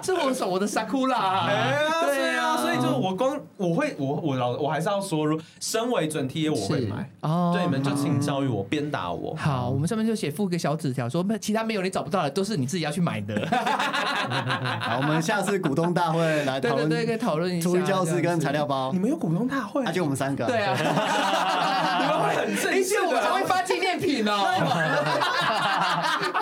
A: 这我手我的沙库
D: 哎
A: 啦，
D: 呀，对啊，所以就
A: 就
D: 我光我会我我老我还是要说，如身为准 T A 我会买，
A: 哦
D: 对你们就请教育我，鞭打我。
A: 好，我们上面就写附个小纸条，说没其他没有你找不到的，都是你自己要去买的。
C: 好，我们下次股东大会
A: [laughs]
C: 来
A: 对
C: 讨
A: 对
C: 论
A: 对，可以讨论一下。
C: 厨艺教室跟材料包
D: 你，们有股东大会
C: 那，啊就我们三
A: [laughs]
B: 啊
C: 个。
A: 这样子。对啊，
D: 你们会很正
A: 而
D: 式
A: 且哎我们才会
D: 的，
A: 发纪念品哦。
D: [laughs]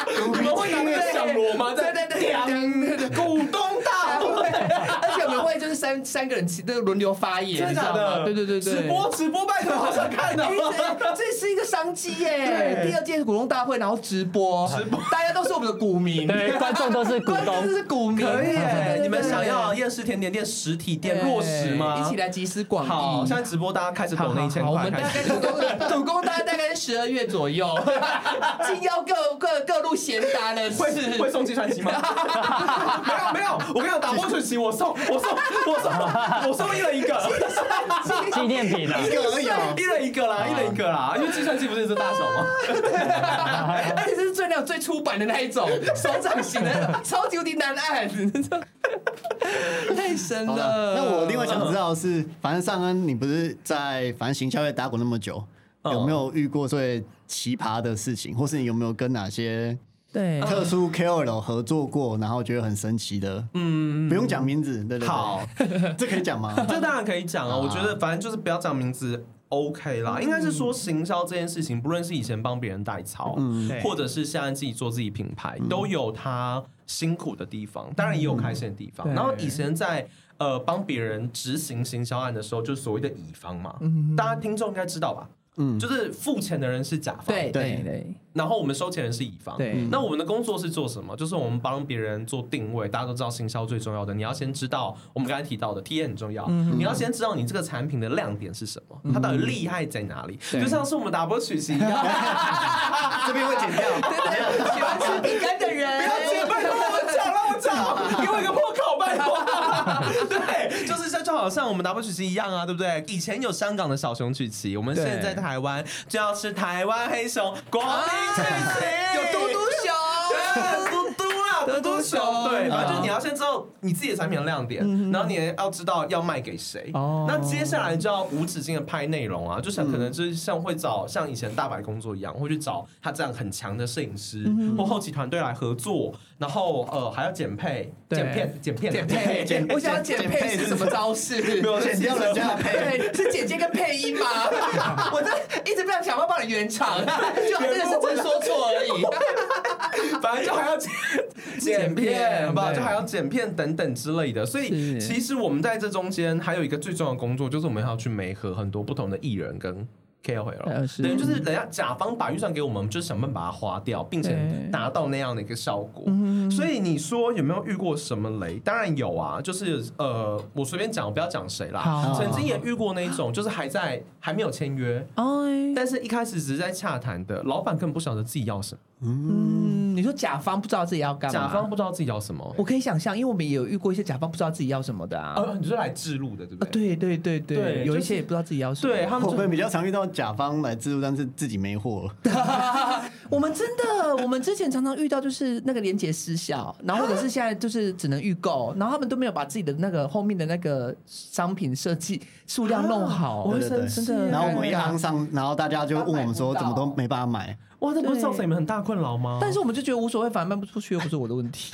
D: 你们会拿那个响锣 [laughs] 吗？
A: 对
D: 在
A: 对对，
D: 股东大会，
A: 而且我们会就是三三个人起那个轮流发言，
D: 真
A: 你
D: 的
A: 知
D: 假
A: 道吗？
D: 的？
A: 对对对对，
D: 直播直播，拜托，好想看哦的
A: 哎。这这是一个商机耶！第二届股东大会，然后直播，直播，大家都是我们的股民，
B: 对，观众都是股
A: 关键
B: 东
A: 就。是股民，
D: 可
A: 对
D: 以
A: 对
D: 耶，
A: 对
D: 你们想要
A: 对
D: 夜市甜点店实体店
A: 对
D: 落实吗？
A: 一起来集思广益。
D: 好，现在直播大家开始
A: 好
D: 抖那一千
A: 好好我
D: 块
A: 们大概
D: 开始。
A: 土工
D: [laughs]
A: 土工大概大概十二月左右， [laughs] 竟要各各各路闲杂人
D: 会
A: 士。
D: 会送计算机吗？没有没有，我跟你讲，打破讯息，我送我送我送我送一人一个，
B: 纪念
A: [laughs]
B: 品啊，
C: 一个而已哦。
D: 一人一个啦，一人一个啦，因为计算机不是这大小吗？
A: [laughs] 而且这是最那种最出版的那一种，
D: [laughs]
A: 手掌型的那种，超级无敌难按， [laughs] 太神
C: 好了，
A: 了。
C: 那我另外想知道的是，
A: 嗯
C: 反正尚恩，你不是在反正行销业打滚那么久，
D: 嗯
C: 有没有遇过最奇葩的事情，或是你有没有跟哪些
A: 对
C: 特殊 KOL 合作过，然后觉得很神奇的？嗯，不用讲名字，对对对
D: 好，
C: 这可以讲
A: [laughs]
C: 吗？
D: [laughs] 这当然可以讲啊，我嗯觉得反正就是不要讲名字。OK 啦，应该是说行销这件事情，不论是以前帮别人代操，
A: 对
D: 或者是现在自己做自己品牌，都有它辛苦的地方，当然也有开心的地方。
A: 对
D: 然后以前在呃帮别人执行行销案的时候，就是所谓的乙方嘛，大家听众应该知道吧？嗯，就是付钱的人是甲方，
A: 对对
C: 对
A: 对
D: 然后我们收钱人是乙方，
A: 对
C: 嗯
D: 那我们的工作是做什么？就是我们帮别人做定位。大家都知道行销最重要的，你要先知道我们刚才提到的 T A 很重要，
A: 嗯
D: 你要先知道你这个产品的亮点是什么，它到底厉害在哪里。
A: 对
D: 就像是我们打波曲奇一样，
C: [laughs] 这边会剪
D: [laughs]
C: 掉。
A: 对，喜欢吃饼干的人，
D: 不要接，拜托
A: [laughs]
D: 我讲，让我讲，给我一个破口，拜托。对，就是像就好像我们 W 曲奇一样啊，对不对？以前有香港的小熊曲奇，我们
A: 对
D: 现在台湾就要吃台湾黑熊国民曲奇，
A: 啊有嘟嘟熊。 [laughs]
D: 对嘟嘟啦，嘟嘟熊，对，
A: 啊
D: 反正就是你要先知道你自己的产品的亮点，然后你也要知道要卖给谁。
A: 嗯哦嗯
D: 那接下来就要无止境的拍内容啊，就像可能就是像会找像以前大白工作一样，会去找他这样很强的摄影师
A: 嗯
D: 或后期团队来合作，然后呃还要剪配、
A: 对
D: 剪片、剪片、
A: 减配，
D: [laughs] 剪
A: 我想要减配是什么招式？
D: 没有
C: 剪掉人家的配
A: 对，是姐姐跟配音吗？我这一直不想想要帮你圆场，就真的是真说错而已。
D: [laughs] 反正就还要剪剪
A: 剪片
D: 片，好不好？
A: 对
D: 就还要剪片等等之类的。所以
A: 是
D: 其实我们在这中间还有一个最重要的工作，就是我们要去媒合很多不同的艺人跟
A: 呃
D: KOL，
A: 是
D: 等于就是人家甲方把预算给我们，我们就是想办法把它花掉，并且
A: 对嗯
D: 达到那样的一个效果。所以你说有没有遇过什么雷？当然有啊，就是呃，我随便讲，我不要讲谁啦
A: 好。
D: 曾经也遇过那一种，就是还在还没有签约，
A: [laughs] 哎，
D: 但是一开始只是在洽谈的，老板根本不晓得自己要什么，
A: 嗯，你说甲方不知道自己要干嘛？
D: 甲方不知道自己要什么。
A: 我可以想象，因为我们也有遇过一些甲方不知道自己要什么的啊。
D: 呃，你是来制录的，对不
A: 啊
D: 对？
A: 对对对对，
D: 对
A: 有一
D: 就是
A: 些也不知道自己要什么。
D: 对他们
C: [laughs] 我
D: 就
C: 们比较常遇到甲方来自助，但是自己没货了。
A: 我们真的，我们之前常常遇到就是那个连接失效，然后或者是现在就是只能预购，然后他们都没有把自己的那个后面的那个商品设计数量弄好，
D: 我会
C: 对对
D: 生
C: 对
D: 气
A: 啊真的
D: 耶。
C: 然后我们一
A: 对啊
C: 行上，然后大家就问我们说，怎么都没办法买。
D: 哇，这不是
A: 对
D: 造成你们很大困扰吗？
A: 但是我们就觉得无所谓，反正卖不出去又不是我的问题。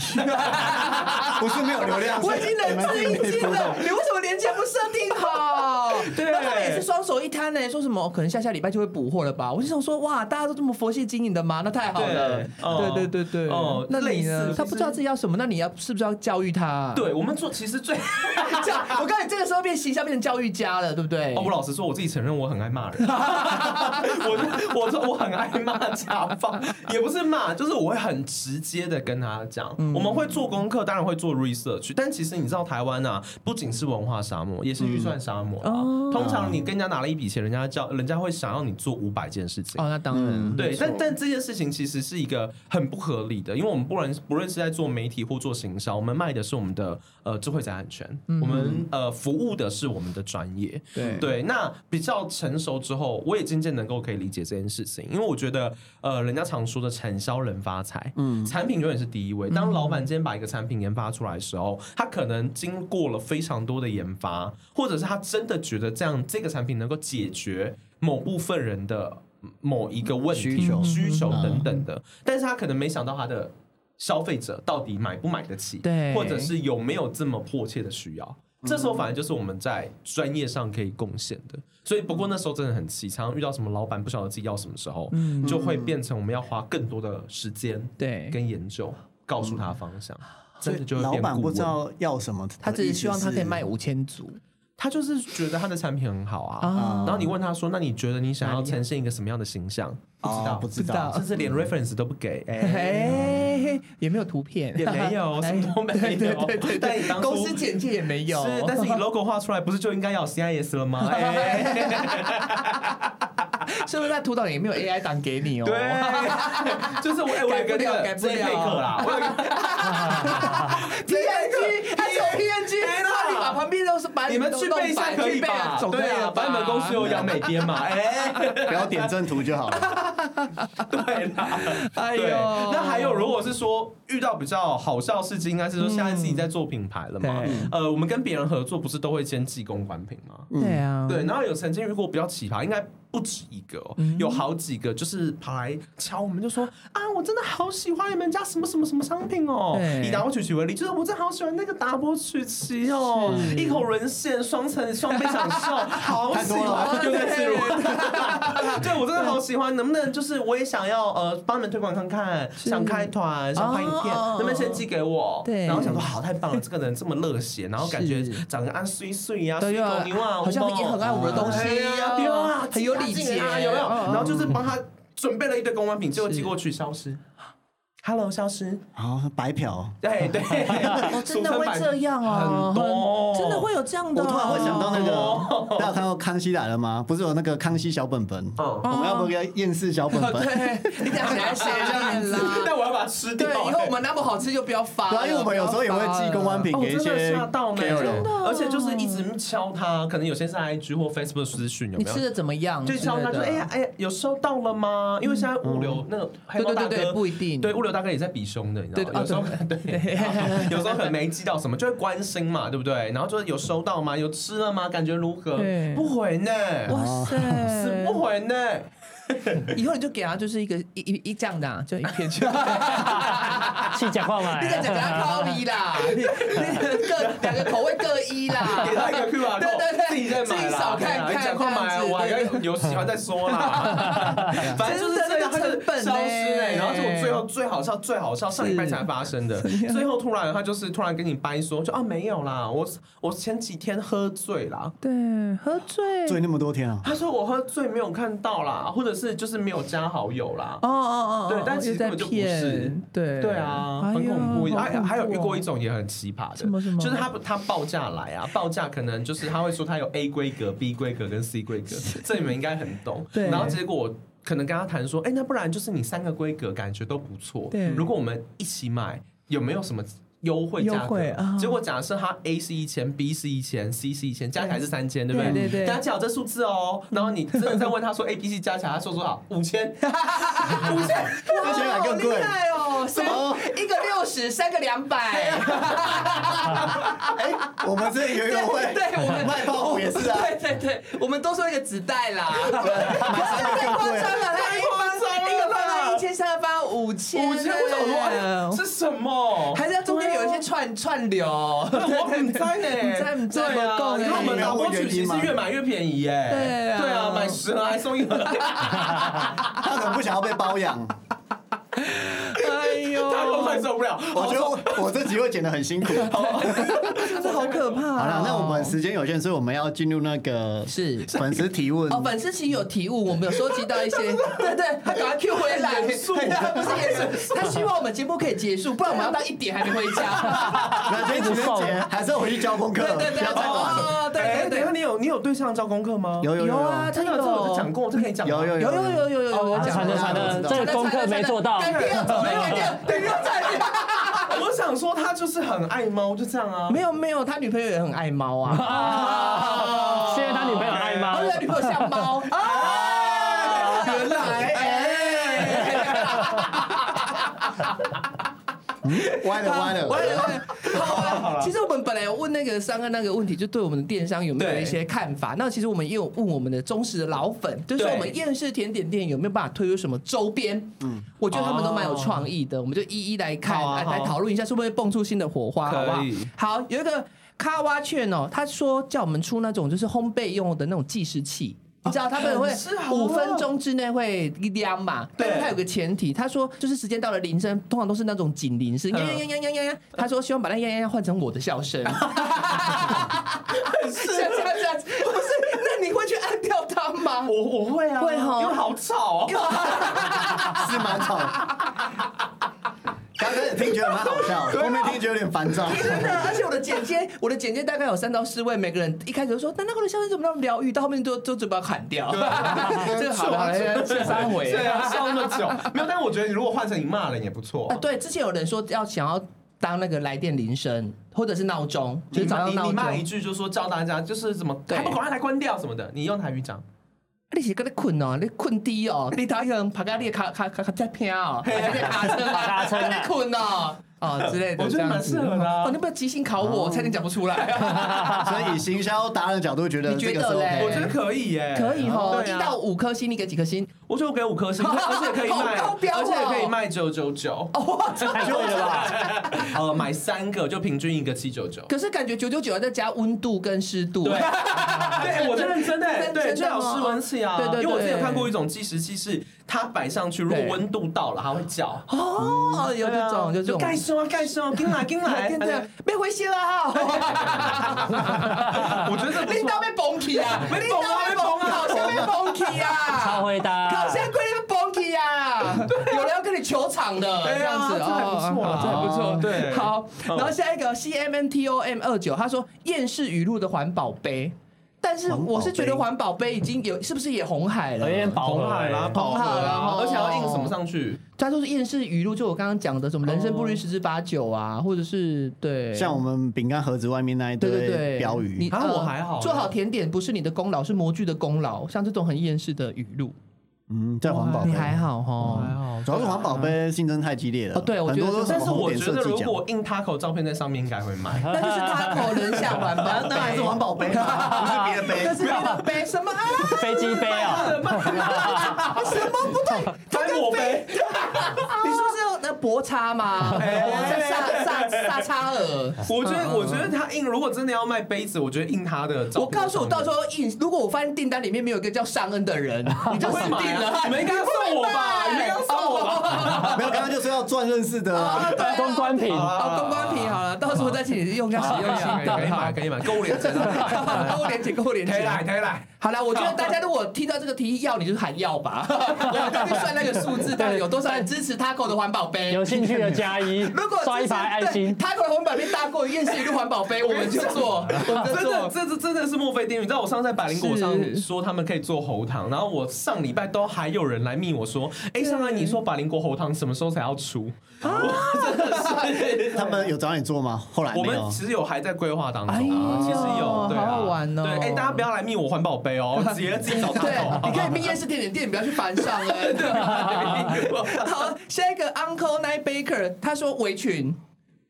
C: 不是没有流量，
A: 我已经仁至义尽了，你为什么连接不设定好？
D: 对
A: 然后他们也是双手一摊呢，说什么哦可能下下礼拜就会补货了吧？我就想说，哇，大家都这么佛系经营的吗？那太好了。
D: 对哦
A: 对对对对，
D: 哦
A: 那
D: 类
A: 你
D: 似
A: 呢
D: 其？实
A: 他不知道自己要什么，那你要是不是要教育他、
D: 对我们做其实 [laughs] 最
A: 这样，我告诉你，这个时候变形象变成教育家了，对不对？
D: 哦，我老实说，我自己承认我很爱骂人。我我说我很爱骂甲方，也不是骂，就是我会很直接的跟他讲。我们会做功课，当然会做 research，但其实你知道台湾啊，不仅是文化沙漠，也是预算沙漠啊、通常你跟人家拿了一笔钱，人家叫人家会想要你做五百件事情。
A: 哦，那当然，
C: 嗯
D: 对
A: 没，错
D: 但但这件事情其实是一个很不合理的，因为我们不论不论是在做媒体或做行销，我们卖的是我们的呃智慧财产权，
A: 嗯
D: 我们呃服务的是我们的专业。
A: 对
D: 对，那比较成熟之后，我也渐渐能够可以理解这件事情，因为我觉得呃，人家常说的产销人发财，嗯，产品永远是第一位。当老板今天把一个产品研发出来的时候，他可能经过了非常多的研发，或者是他真的觉得这样这个产品能够解决某部分人的。某一个问题、
C: 需求
D: 需求等等的，但是他可能没想到他的消费者到底买不买得起，
A: 对
D: 或者是有没有这么迫切的需要。
A: 嗯
D: 这时候反而就是我们在专业上可以贡献的，所以不过那时候真的很气，常常遇到什么老板不晓得自己要什么时候，就会变成我们要花更多的时间
A: 嗯对嗯
D: 跟研究，告诉他方向，
C: 所
D: 真的
C: 以
D: 就会
C: 老
D: 变
C: 板
D: 顾
C: 不
D: 问
C: 知，道要什么的意思，
A: 他只是希望他可以卖五千组
D: 他就是觉得他的产品很好啊。
A: 啊，
D: 然后你问他说：“那你觉得你想要呈现一个什么样的形象？”不知
C: 哦
D: 道，
C: 不知
A: 不知
C: 道
A: 道。
D: 甚至连 reference 都不
A: [laughs]
D: 给，哎，
A: 哎，也没有图片，
D: 也没有，什么都没有。
A: 对对对对
D: 但你
A: 对，
D: 当
A: 公
D: 初
A: 司简介也没有，
D: 是，但是你 logo 画出来，不是就应该要有 CIS
A: [laughs]
D: 了吗？哎，
A: 是不是在图档也没有 AI 档给你哦？
D: 对， [laughs] 就是我，哎，我有一
A: 改不
D: 个那个
A: 了改不了
D: J 配课
A: [laughs]
D: 啦，我有一个
A: ，PNG 还是有 PNG，
D: 没啦
A: 那你把旁边都是把
D: 你们
A: 都
D: 去
A: 弄
D: 背一下
A: 白
D: 可以
A: 去背啊
D: 吧？
A: 总可
D: 对
A: 以
D: 啊，
A: 了
D: 反正你们
A: 吧
D: 公司有杨美编嘛，
A: [laughs]
D: 哎，
C: [laughs] 不要点正途就好
D: [laughs]
C: 了。
D: 对啦，
A: 哎呦
D: 对。，那还有，如果是说遇到比较好笑的事情，应该是说现在自己在做品牌了嘛
A: 对，
D: 呃，我们跟别人合作不是都会先寄公关品吗？
A: 对啊，
D: 对，然后有曾经遇过比较奇葩，应该不止一个、哦，有好几个，就是跑来敲我们，就说啊，我真的好喜欢你们家什么什么什么商品哦，
A: 对
D: 以达波曲奇为例，就是我真的好喜欢那个达波曲奇哦，一口沦陷，双层双倍享受，好喜
C: 太多
D: 欢，
A: 哦 [laughs]
D: 欸
C: 了
D: 又在自如， [laughs] 对我真的好喜欢，能不能就是我也想要呃帮你们推广看看，想开团，想拍影片，
A: 哦
D: 能不能先寄给我？
A: 对
D: 然后想说好，太棒了，这个人这么热血，然后感觉
A: 是
D: 长得安碎碎呀、啊，
A: 对
D: 水
A: 啊
D: 狗牛啊，
A: 好像
D: 红包
A: 也很爱我们的东西
D: 哎呀
A: 啊
D: 对啊，
A: 很有礼节
D: 啊，有没有？
A: 嗯嗯
D: 然后就是帮他准备了一堆公关品，结果寄过去消失。Hello，消失。哎
C: 好，白嫖。
D: 对对，
A: [laughs] 哦，真的
D: 俗称
A: 会
D: 版 [laughs]
A: 这样啊，
D: 很多，
A: 真的会。有这样的
C: 我
A: 啊。
C: 突然会想到那
A: 哦
C: 个，大家有看到《康熙来了》吗？不是有那个康熙小本本？
D: 嗯
A: 哦
C: 我们要不要厌世小本
A: [laughs]
C: 本？
A: 对，啊你等下来写一下面啦。
D: [laughs] 但我要把它吃掉。
A: [laughs] 对，以后我们那么好吃就不要发
C: 对
A: 了。
C: 啊，因为我们有时候也会寄公关品
D: 哦
C: 给一
D: 真的
C: 些
D: 吓到没？哦
C: KOL，
D: 而且就是一直敲他，可能有些是 IG 或 Facebook 私讯，有
A: 你
D: 没有
A: 吃？的怎么样？
D: 就敲他，就哎呀，哎呀，有收到了吗？因为现在物流那个
A: 对
D: 黑猫
A: 对
D: 大
A: 对
D: 哥
A: 对，不一定。
D: 嗯对，物流大哥也在比凶的，你知道吗？有时
A: 对
D: 候
A: 哦
D: 对，有时候可能没寄到什么，就会关心嘛，对不对？然后就是哎有收到吗？有吃了吗？感觉如何
A: 对？
D: 不回呢，
A: 哇 [laughs] 哦
D: 死
A: 塞！
D: 不回呢。
A: [laughs] 以后你就给他就是一个一一一这样的啊，就一片去。
B: 去讲话嘛。
A: 你在讲给他抛离啦，你你各两个口味各一啦
D: 给。他一
A: [laughs]
D: 个
A: 对对
D: QR code，
A: 对
D: 自己再
A: 自己
D: 买啦，
A: 少看
D: 对啊
A: 看
D: 你讲快
A: 这
D: 买，
A: 样子
D: 我还
A: 对对
D: 要有喜欢再
A: [laughs]
D: 说啦。反正就是这样，他
A: 真的那个
D: 就
A: 成本
D: 消失
A: 呢
D: 哎、然后是我最后最好笑、最好笑，上礼拜才发生的。最后突然他就是突然跟你掰说，就啊没有啦，我我前几天喝醉啦。
A: 对，喝醉。
C: 醉那么多天啊，
D: 他说我喝醉没有看到啦，或者是就是没有加好友啦。
A: 哦哦哦，
D: 对但其实
A: 是在
D: 根本就不是
A: 骗，对
D: 对啊，
A: 哎
D: 很
A: 呀
D: 恐怖。
A: 好
D: 还还有
A: 恐
D: 遇
A: 怖哦
D: 过一种也很奇葩的，
A: 什么什么
D: 就是他他报价来啊， [laughs] 报价可能就是他会说他有 A 规格、B 规格跟 C 规格，这你们应该很懂。
A: 对
D: 然后结果。可能跟他谈说，哎、那不然就是你三个规格感觉都不错，
A: 对
D: 如果我们一起买，有没有什么优惠价
A: 优
D: 格
A: 惠？啊
D: 结果假设他 A 是一千，B 是一千，C 是一千，加起来是三千，对不对？
A: 对对对
D: 大家记好这数字哦。然后你真的再问他说 A、B、C 加起来，他说多少？五千，五千，
C: 而且还更贵
A: 好厉。害哦，三
C: 么
A: 一个六十，三个两百，
C: 哎，我们这里有优惠，
A: 啊对我们
C: 卖泡芙也是啊，
A: 对对对，我们多收一个纸袋
D: [laughs]
A: 啦，
C: 买三个
A: 太
C: 更
A: 夸
C: 贵。
A: 张了，他一
D: 夸张了
A: 方一个方案一千，三个方案五千，
D: 五千，我想说哎
A: 哎
D: 是什么？啊
A: 还是要中间有一些串串
D: [laughs]
A: 流，
D: 我很赞呢，
A: 赞不赞
D: 对啊
A: 不够呢
D: 你看我们导播曲其实越买越便宜耶，
A: 对啊
D: 对啊，买十盒还送一
A: [laughs]
D: 盒，
C: 他可能不想要被包养，
A: 哎呦，
D: 他都快受不了。
C: 我
A: [laughs]
C: 觉得
A: 哦
C: 我我这集会剪得很辛苦。
A: 真的好可怕哦。
C: 好
A: 好
C: 了，那我们时间有限，所以我们要进入那个
A: 是
C: 粉丝提问。
A: 哦，粉丝其实有提问，我们有收集到一些，对对，他赶快 Q 回来，
D: 严肃
A: 他不是严肃，他希望我们节目可以结束，不然我们要到一点还没回家。
C: [laughs] 那这一集是姐还是要回去交功课，
A: 对对
C: 不
A: 对，
C: 要再玩了。
A: 哦，
D: 哎
A: 对
D: 等
A: 对
D: 一下，
A: 对，
D: 你有你有对象交功课吗？
C: 有
A: 有
C: 有有
A: 啊，他
D: 这个这个我就讲过，这可以讲吗
C: 有
A: 有
C: 有
A: 有有有有有讲
B: 惨
A: 的
B: 了惨了，这个功课没做到。
A: 改天要走，没有改天，等一下再。
D: 我想说他就是很爱猫，就这样啊。
A: 没有没有，他女朋友也很爱猫啊，
B: 是因为他女朋友爱
A: 然
B: 猫
A: 后，他女朋友像猫啊，原来哎。
C: 歪了歪了
A: 我。也 [laughs] 觉得好啊。其实我们本来有问那个三个那个问题，就对我们的电商有没有
D: 对
A: 一些看法？那其实我们也有问我们的忠实的老粉，就是说
D: 对
A: 我们厌世甜点店有没有办法推出什么周边？嗯，我觉得他们都蛮有创意的，我们就一一来看，
D: 好啊
A: 来
D: 哦好啊
A: 来讨论一下，是不是会蹦出新的火花，
D: 可
A: 好
D: 以
A: 不好？好，有一个卡哇券哦，他说叫我们出那种就是烘焙用的那种计时器。你知道他们会
D: 啊很哦适合
A: 五分钟之内会量嘛？但是
D: 对
A: 他有个前提，他说就是时间到了铃声，通常都是那种警铃
D: 嗯
A: 声，呀呀呀呀呀呀。他说希望把那呀呀呀换成我的笑
D: [laughs]
A: 声。是这样这样这样，不是？那你会去按掉它吗？
D: 我我会啊，
A: 会吼
D: 因为好吵哦。
C: 是蛮吵的。刚开始听觉得蛮好笑，后面听觉得有点烦躁。
A: 真的，而且我的简介，我的简介大概有三到四位，每个人一开始就说，那那个人笑声怎么那么疗愈，到后面都都准备要砍掉， [laughs] 这个好了，哎这三回
D: [laughs] 对啊，笑那么久，没有。但是我觉得你如果换成你骂人也不错
A: 啊，。对，之前有人说要想要当那个来电铃声或者是闹钟，就是
D: 你
A: 早
D: 骂
A: 上
D: 你
A: 闹
D: 你
A: 钟
D: 骂。一句就说叫大家就是怎么
A: 对
D: 还不赶快来关掉什么的，你用台语讲。
A: 你是跟你困哦，你困低
D: [laughs]
A: 哦，你头用爬到你的卡卡卡卡在偏哦，还在卡车啊，
B: 卡车啊
D: [laughs]
A: 还在困哦。哦，之类的，
D: 我觉得蛮适合的啊
A: 哦，你不要即兴考我，差点讲不出来。
C: 所以以行销达人的角度，觉得
A: 你觉得
C: 这个是
A: 嘞
C: OK
D: 我觉
C: 的。
D: 得 [laughs] 可以耶，
A: 哎可以吼，
D: 对
A: 哦一
D: 啊
A: 到五颗星，你给几颗星？
D: 我觉得我给五颗星，
A: [laughs]
D: 而且可以卖，
A: 好高标哦哦
D: 而且可以卖九九九，
B: 太贵了吧？
D: [laughs] 呃，买三个就平均一个七九九。
A: 可是感觉九九九要再加温度跟湿度。 [laughs]
D: 对，对，我是认真的，
A: 认真的
D: 对，最好
A: 哦
D: 室温器啊。
A: 对对对
D: 因为我之前有看过一种计时器，是它摆上去，如果温度到了，它会叫。
A: 哦，有这种，有
D: 就
A: 这种。哎
D: 盖胸啊，盖胸啊，进来，进来，
A: [laughs] 对对，被回信了啊！
D: [laughs] 我觉得这不
A: [laughs]
D: 错
A: 领
D: [laughs]
A: 导被崩起啊，
D: 被
A: 领
D: 崩啊
A: 导被崩
D: 被
A: 啊，好像
D: 崩啊
A: 被崩起啊，
B: 超会搭
A: 好像贵被崩起啊，有人要跟你求场的，
D: 对啊
A: 这样子
D: 这还不错啊
A: 哦这还不错，
D: 对
A: 好，然后下一个 C M N T O M 二九，他说厌世语录的环保杯。但是我是觉得环保杯已经有，是不是也红海
C: 哎
A: 了
B: 有？点饱
D: 红
B: 和
D: 海啦，
B: 欸，
D: 饱和
A: 红海啦
D: 啦
A: 吼，
D: 而且要印什么上去？
A: 他说是厌世语录，就我刚刚讲的什么人生不虑十之八九啊，或者是对，
C: 哦像我们饼干盒子外面那一
A: 对对对，
C: 堆标语，
D: 啊
A: 呃
D: 我还好
A: 做好甜点不是你的功劳，是模具的功劳。像这种很厌世的语录，
C: 嗯，在环保杯
A: 你，还好哈。
D: 好
C: 主要是环保杯竞争太激烈了。
A: 哦对我
C: 很
A: 觉得
C: 多都
D: 但
C: 什
D: 是
C: 么
D: 我
C: 红点
D: 觉
C: 设
D: 得
C: 计
D: 如
C: 奖，
D: 果印 Taco 照片在上面，应该会买。
A: 那就是他口人下环吧，那还是环保杯吧，
C: 不是别的杯
A: 那是别的杯什么啊？啊
B: 飞机杯啊，
A: [laughs] 什么不对？
D: 翻我杯，
A: 你是不是要那博差嘛，博差萨萨萨差尔。
D: 我觉得，我觉得他印，如果真的要卖杯子，我觉得印他的照片。
A: 我告诉我，到时候印，如果我发现订单里面没有一个叫尚恩的人，你就死定了。
D: 你们应该送我吧？你们应该送
A: [laughs]
D: 我吧？
C: 没有，刚刚就是要赚认识的
A: 哦
C: 啊。
B: 公关品，
A: 好，哦公关品好了，到时候再请你用一下 [laughs] 使用
D: [laughs]
A: 心
D: 可以
A: 的。
D: 买，可以买，购物链接，
A: 跟我连接，跟我连
D: [laughs] 可以
A: 接。
D: 来，可以来。
A: 好啦，我觉得大家如果听到这个提议要，你就喊要吧。我再去算那个数字，到底有多少人支持 Taco 的环保杯？
B: 有兴趣的加一
A: 如果，
B: 刷一排爱心。
A: 他过来红板被搭过，验视一路环保杯，我们就做，我们就
D: 真
A: 做。
D: 的，这这真的是墨菲定律。你知道我上次在百灵果上说他们可以做喉糖，然后我上礼拜都还有人来密我说，哎、上来你说百灵果喉糖什么时候才要出？我真的是。
C: 他们有找你做吗？后来
D: 我
C: 没
D: 们
C: 有。
D: 其实有还在规划当中，啊
A: 哎呦
D: 其实有，对啊，
A: 好好玩哦
D: 对，哎、大家不要来密我环保
A: [laughs]
D: 杯哦，直接自己找大头。
A: 对，你可以闭夜市甜点店，不要去烦上哎。
D: [laughs]
A: 好，下一个 Uncle Night Baker，他说围裙。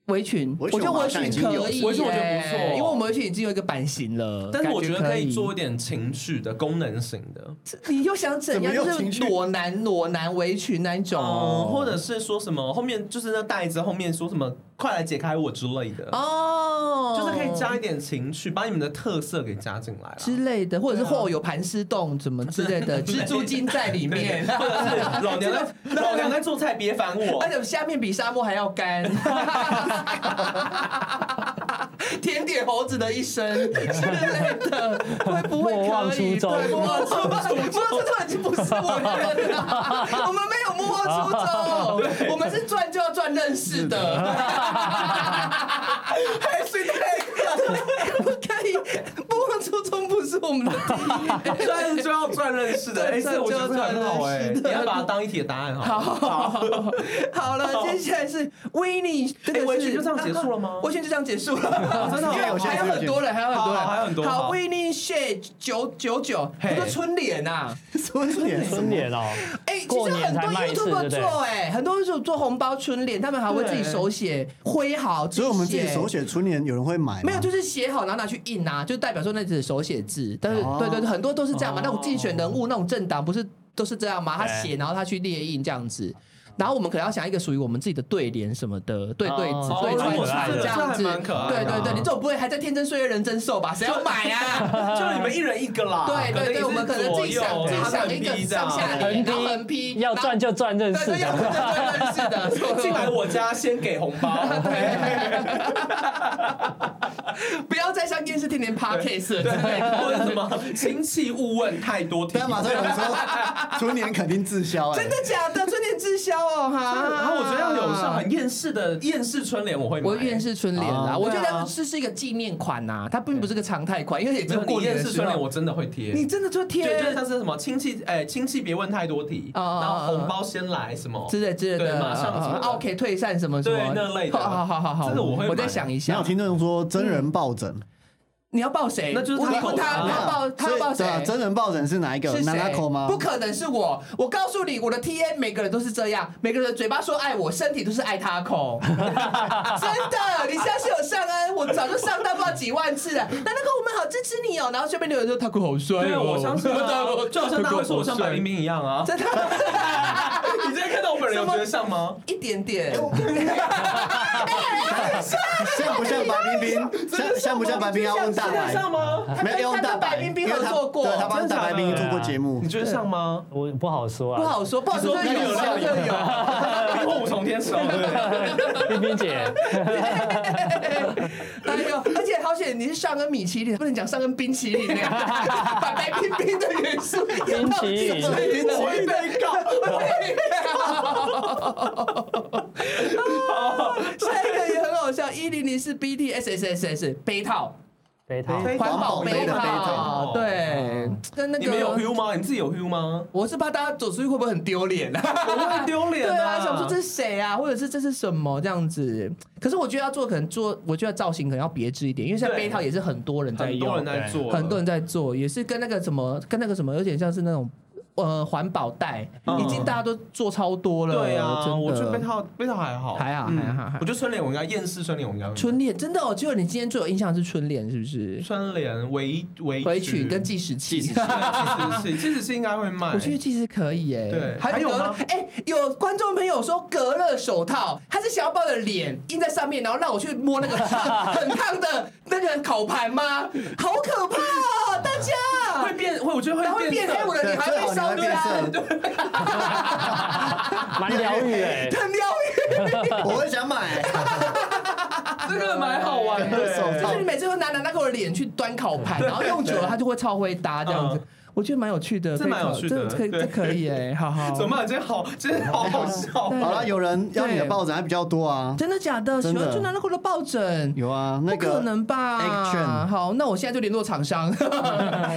A: 围裙，我
C: 围
A: 觉
C: 裙
A: 得
C: 我
A: 围
C: 好像
A: 裙
C: 已经有
A: 可以耶，
D: 围裙我觉得不错
C: 哦
A: 因为我们围裙已经有一个版型了。
D: 但是我觉
A: 觉
D: 得可
A: 可
D: 以做一，点情趣的功能型的，
A: 你又想怎样？
C: 怎么又
A: 就是
C: 情趣
A: 裸男、裸男围裙那一种
D: 嗯
A: 哦，，
D: 或者是说什么后面就是那袋子后面说什么快来解开我之类的，
A: 哦，
D: 就是可以加一点情趣，把你们的特色给加进来啦。
A: 之类的，或者是或有盘丝洞怎么之类 [laughs] 的，蜘蛛精在里 [laughs] 面。
D: 或者是老
A: [laughs]
D: 娘在老娘在做菜，别烦我
A: 而。且下面比沙漠还要干。 [laughs] 甜点猴子的一生 [laughs] 之类的，会不会
B: 莫忘
A: 可以？
B: 初衷
A: 对，莫忘初衷，莫忘初衷已经不是我们人了。 [laughs] 我们没有莫忘初 [laughs] 衷，我们是赚就要赚认识 [laughs] 的。还是 [laughs] 那个，可以莫忘初衷不是我们的第一。
D: 赚就要赚认识的，哎，
A: 赚
D: 这我觉得
A: 就要
D: 这很好
A: 赚
D: 哎，
A: 认识
D: 你
A: 的
D: 要把它当一题的答案好了。
A: 好，好了，接下来是维尼，这个
D: 哎
A: 是
D: 围裙就这样结束了吗
A: 围裙就这样结束了，
D: [laughs] 真的哦
A: 因为
D: 我现
A: 还
D: 在
A: 有很多人，还有很多人，
D: 好还有很多
A: 好，
D: 好
A: 维尼 shade 九九九，他
D: 嘿
A: 说春联呐，
C: 春联
B: 春联
A: [laughs]
B: 哦，
A: 哎，其
B: 过
A: 实
B: 年
A: 很多
B: 才卖一次
A: YouTube
B: 对不对
A: 做，哎，很多 YouTube 做红包春联，他们还会自己手写
D: 嗯
A: 挥毫，
C: 所以我们自己手
A: 写。
C: 写春联，有人会买吗？
A: 没有，就是写好，然后拿去印啊，就代表说那只是手写字。但是，
C: 哦
A: 对对对，很多都是这样嘛。
D: 哦
A: 那种竞选人物，那种政党不是都是这样吗？他
B: 对
A: 写，然后他去列印这样子。然后我们可能要想一个属于我们自己的对联什么的，对对子、
B: 哦
A: 对
B: 蛮可
A: 穿
B: 爱
A: 子
B: 的
A: 这样子，
D: 这还蛮可爱的
A: 对
D: 啊
A: 对对，你总不会还在天真岁月人真寿吧？谁要买
D: [laughs]
A: 啊？
D: 就你们一人一个啦。
A: 对对对，我们可能自己想自己想一
D: 一
A: 个上下
B: 横
A: 联，
B: 批
A: 然后横批，
B: 要赚
A: 就
B: 就赚认
A: 对
B: 识
A: [laughs] 对，要
B: 的。
A: 赚就认识的，
D: [laughs] 进来我家先给红
A: [laughs]
D: 包，
A: [laughs] 不要再像电视天天 podcast 了之类的。
D: 或者什么亲戚勿问太多题
C: 对。啊，马上有人
A: [laughs]
C: 说春联肯定滞销哎。
A: 真的假的？春联滞销哦，哈！
D: 然后我觉得要有上很厌世的厌世春联，我会买。
A: 我厌世春联啦，
C: 啊
A: 我觉
D: 对啊
A: 得这是一个纪念款呐，它并不是个常态款，因为也只
D: 没
A: 有
D: 有
A: 过
D: 你
A: 年
D: 厌
A: 的
D: 世
A: 时
D: 春联，
A: 候，
D: 我真的会贴。
A: 你真的就
D: 就就
A: 贴
D: 像是什么亲戚，哎，亲戚别问太多题，
A: 哦哦
D: 然后
A: 哦
D: 红包先来什么
A: 之类之类的，啊
D: 对马上什么的
A: OK 退散什么什么
D: 对那类的
A: 好好好好好，
D: 这个我会买
A: 我再想一
C: 然后
A: 下
C: 有。听众说真人抱枕，
A: 你要抱谁？
D: 那就是
A: 我
D: 他
A: 你问他，
D: 啊
A: 他要抱嗯他要抱
C: 所以
A: 谁
C: 对啊？真人抱枕是哪一个？
A: 是
C: 娜娜
A: 谁
C: 口吗？
A: 不可能是我！我告诉你，我的 T A 每个人都是这样，每个人嘴巴说爱我，身体都是爱他
D: [laughs]
A: 口。真的，你相信我上恩，我早就上到不知道几万次了。那那个我们好支持你哦，然后这边留言说他口好帅
D: 对，
A: 哦，，
D: 我相信啊就好像大家会说我像白冰
A: 冰，
D: 冰一样啊。
A: [laughs]
D: [laughs]
A: 真的
D: 你今天看到我本人有觉得像吗？
A: 一点
D: 哎
A: 点。啊
C: 像不像白冰冰？像像不像白冰冰？要问大
D: 真的像
A: [laughs]
C: 白，
D: 吗？
C: 没有要问大白，
A: 他跟白冰冰
C: 因为他
A: 合作过
C: 对，他帮
D: 真的
C: 大白冰
B: 假的
C: 做过节目
D: 你。觉得像吗？
B: 我不好说
A: 不
B: 啊，
A: 好说，不好说，
D: 你说
A: 有
D: 有 [laughs]
A: 像
D: 料
A: 有，
D: 因为五重天使哦，对不对？
B: 冰冰姐，
A: 哎呦，而且好险你是上恩米其林，不能讲上恩冰淇淋，把白冰冰的元素
B: 冰淇淋
A: 所以呢我会被告，我会被告。 [laughs] 下一个也很好笑，一零零四 BTSSSS 杯套，
B: 杯套，
C: 杯
A: 环保杯
C: 环保杯
A: 套，
D: 套
A: 对，跟那
D: 你们有
A: 个。
D: hue 吗？你自己有 hue [laughs] 吗？
A: 我是怕大家走出去会不会很丢脸啊？
D: 我会丢脸
A: 对啊，
D: 啊！
A: 想说这是谁啊，或者是这是什么这样子？可是我觉得要做，可能做，我觉得造型可能要别致一点，因为现在
D: 对
A: 杯套也是很多人在
D: 很
A: 用
D: 多人，在做，哎
A: 很多人在做，也是跟那个什么，跟那个什么有点像是那种呃环保袋，
D: 嗯
A: 已经大家都做超多了。
D: 对啊，
A: 真
D: 我觉得被
A: 的。
D: 套被套还好，嗯
A: 还好还好还好
D: 我觉得春联我应该厌世春联，我应该
A: 春联真的哦，只有你今天最有印象是春联，是不是？
D: 春联围围
A: 回曲跟计时器。
D: [laughs] 其实是其实是应该会卖，
A: 我觉得其实可以耶、
D: 对
A: 还
D: 还
A: 有
D: 有
A: 隔
D: 吗
A: 哎、有观众朋友说隔热手套，他是想要把我的脸印在上面，然后让我去摸那个 [laughs] 很烫的那个烤盘吗？好可怕哦，大
D: 会
A: 家！
D: 变会，哎我觉得
A: 然后会
D: 会
A: 变
D: 色
A: 黑，我的脸还
C: 对
A: 会
C: 最好
A: 烧
C: 你会变
A: 干，
C: 色
B: 蛮疗愈哎。
A: 很疗愈。啊
C: 我会想买，
D: 这个蛮好玩的，
C: 手套
A: 就是你每次都拿拿那个我的脸去端烤盘，然后用久了它就会超会搭这样子
D: 嗯。
A: 我觉得蛮有趣的，
D: 这
A: 可以
D: 蛮有
A: 考
D: 趣
A: 这
D: 的
A: 这可以
D: 对
A: 这可以哎，好好。
D: 怎么办？今天好，今天好好笑。
C: 好了，有人要你的抱枕还比较多啊，
A: 真的假的？喜
C: 真的
A: 欢就拿那个的抱枕，
C: 有啊，那
A: 不可
C: 个
A: 能吧
C: Action
A: 好，那我现在就联络厂
C: [laughs]
A: 商，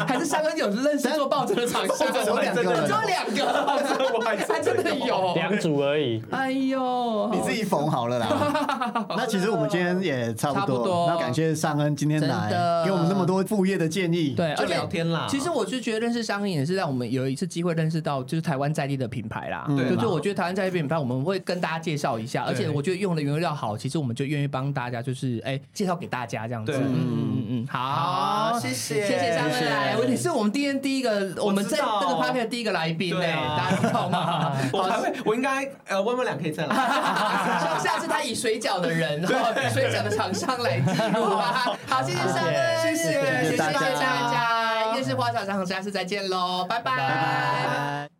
A: 还是三哥有认识做抱枕的厂商？
C: 只有两个人
A: 只有两个，
D: [laughs] 我还
A: 还真的有。
B: 两组而已，
A: 哎呦，
C: 你自己缝好了啦。
A: [laughs]
C: 那其实我们今天也差不
A: 差不多
C: 多，那感谢尚恩今天
A: 真的
C: 来给我们那么多副业的建议。
A: 对，
D: 就
A: 而且
D: 聊天啦
A: 其实我是觉得认识商业也是让我们有一次机会认识到，就是台湾在地的品牌啦。
C: 嗯
A: 对，
D: 对
A: 就
D: 啦
A: 是我觉得台湾在地品牌，我们会跟大家介绍一下，而且
D: 对
A: 我觉得用的原料好，其实我们就愿意帮大家，就是哎介绍给大家这样子。
D: 对
A: 嗯嗯嗯嗯，好，
D: 好谢谢
A: 谢谢商
D: 谢
A: 恩
D: 谢
A: 来，你是我们今天第一个，我们
D: 知
A: 在
D: 道
A: 这个 p a r t 第一个来宾呢，
D: 对啊
A: 大家知道
D: [laughs]
A: 吗？
D: [laughs] 我还会，我应该呃，温温两可以
A: [laughs]
D: 再来。
A: 像下次他以水饺的 [laughs] 人，然后水饺的厂商来记录吧。好，谢谢上恩，
D: 谢谢
A: 谢谢
C: 谢谢大
A: 大
C: 家
A: 家，夜市花小厂，下次再见喽，拜拜
C: 拜拜。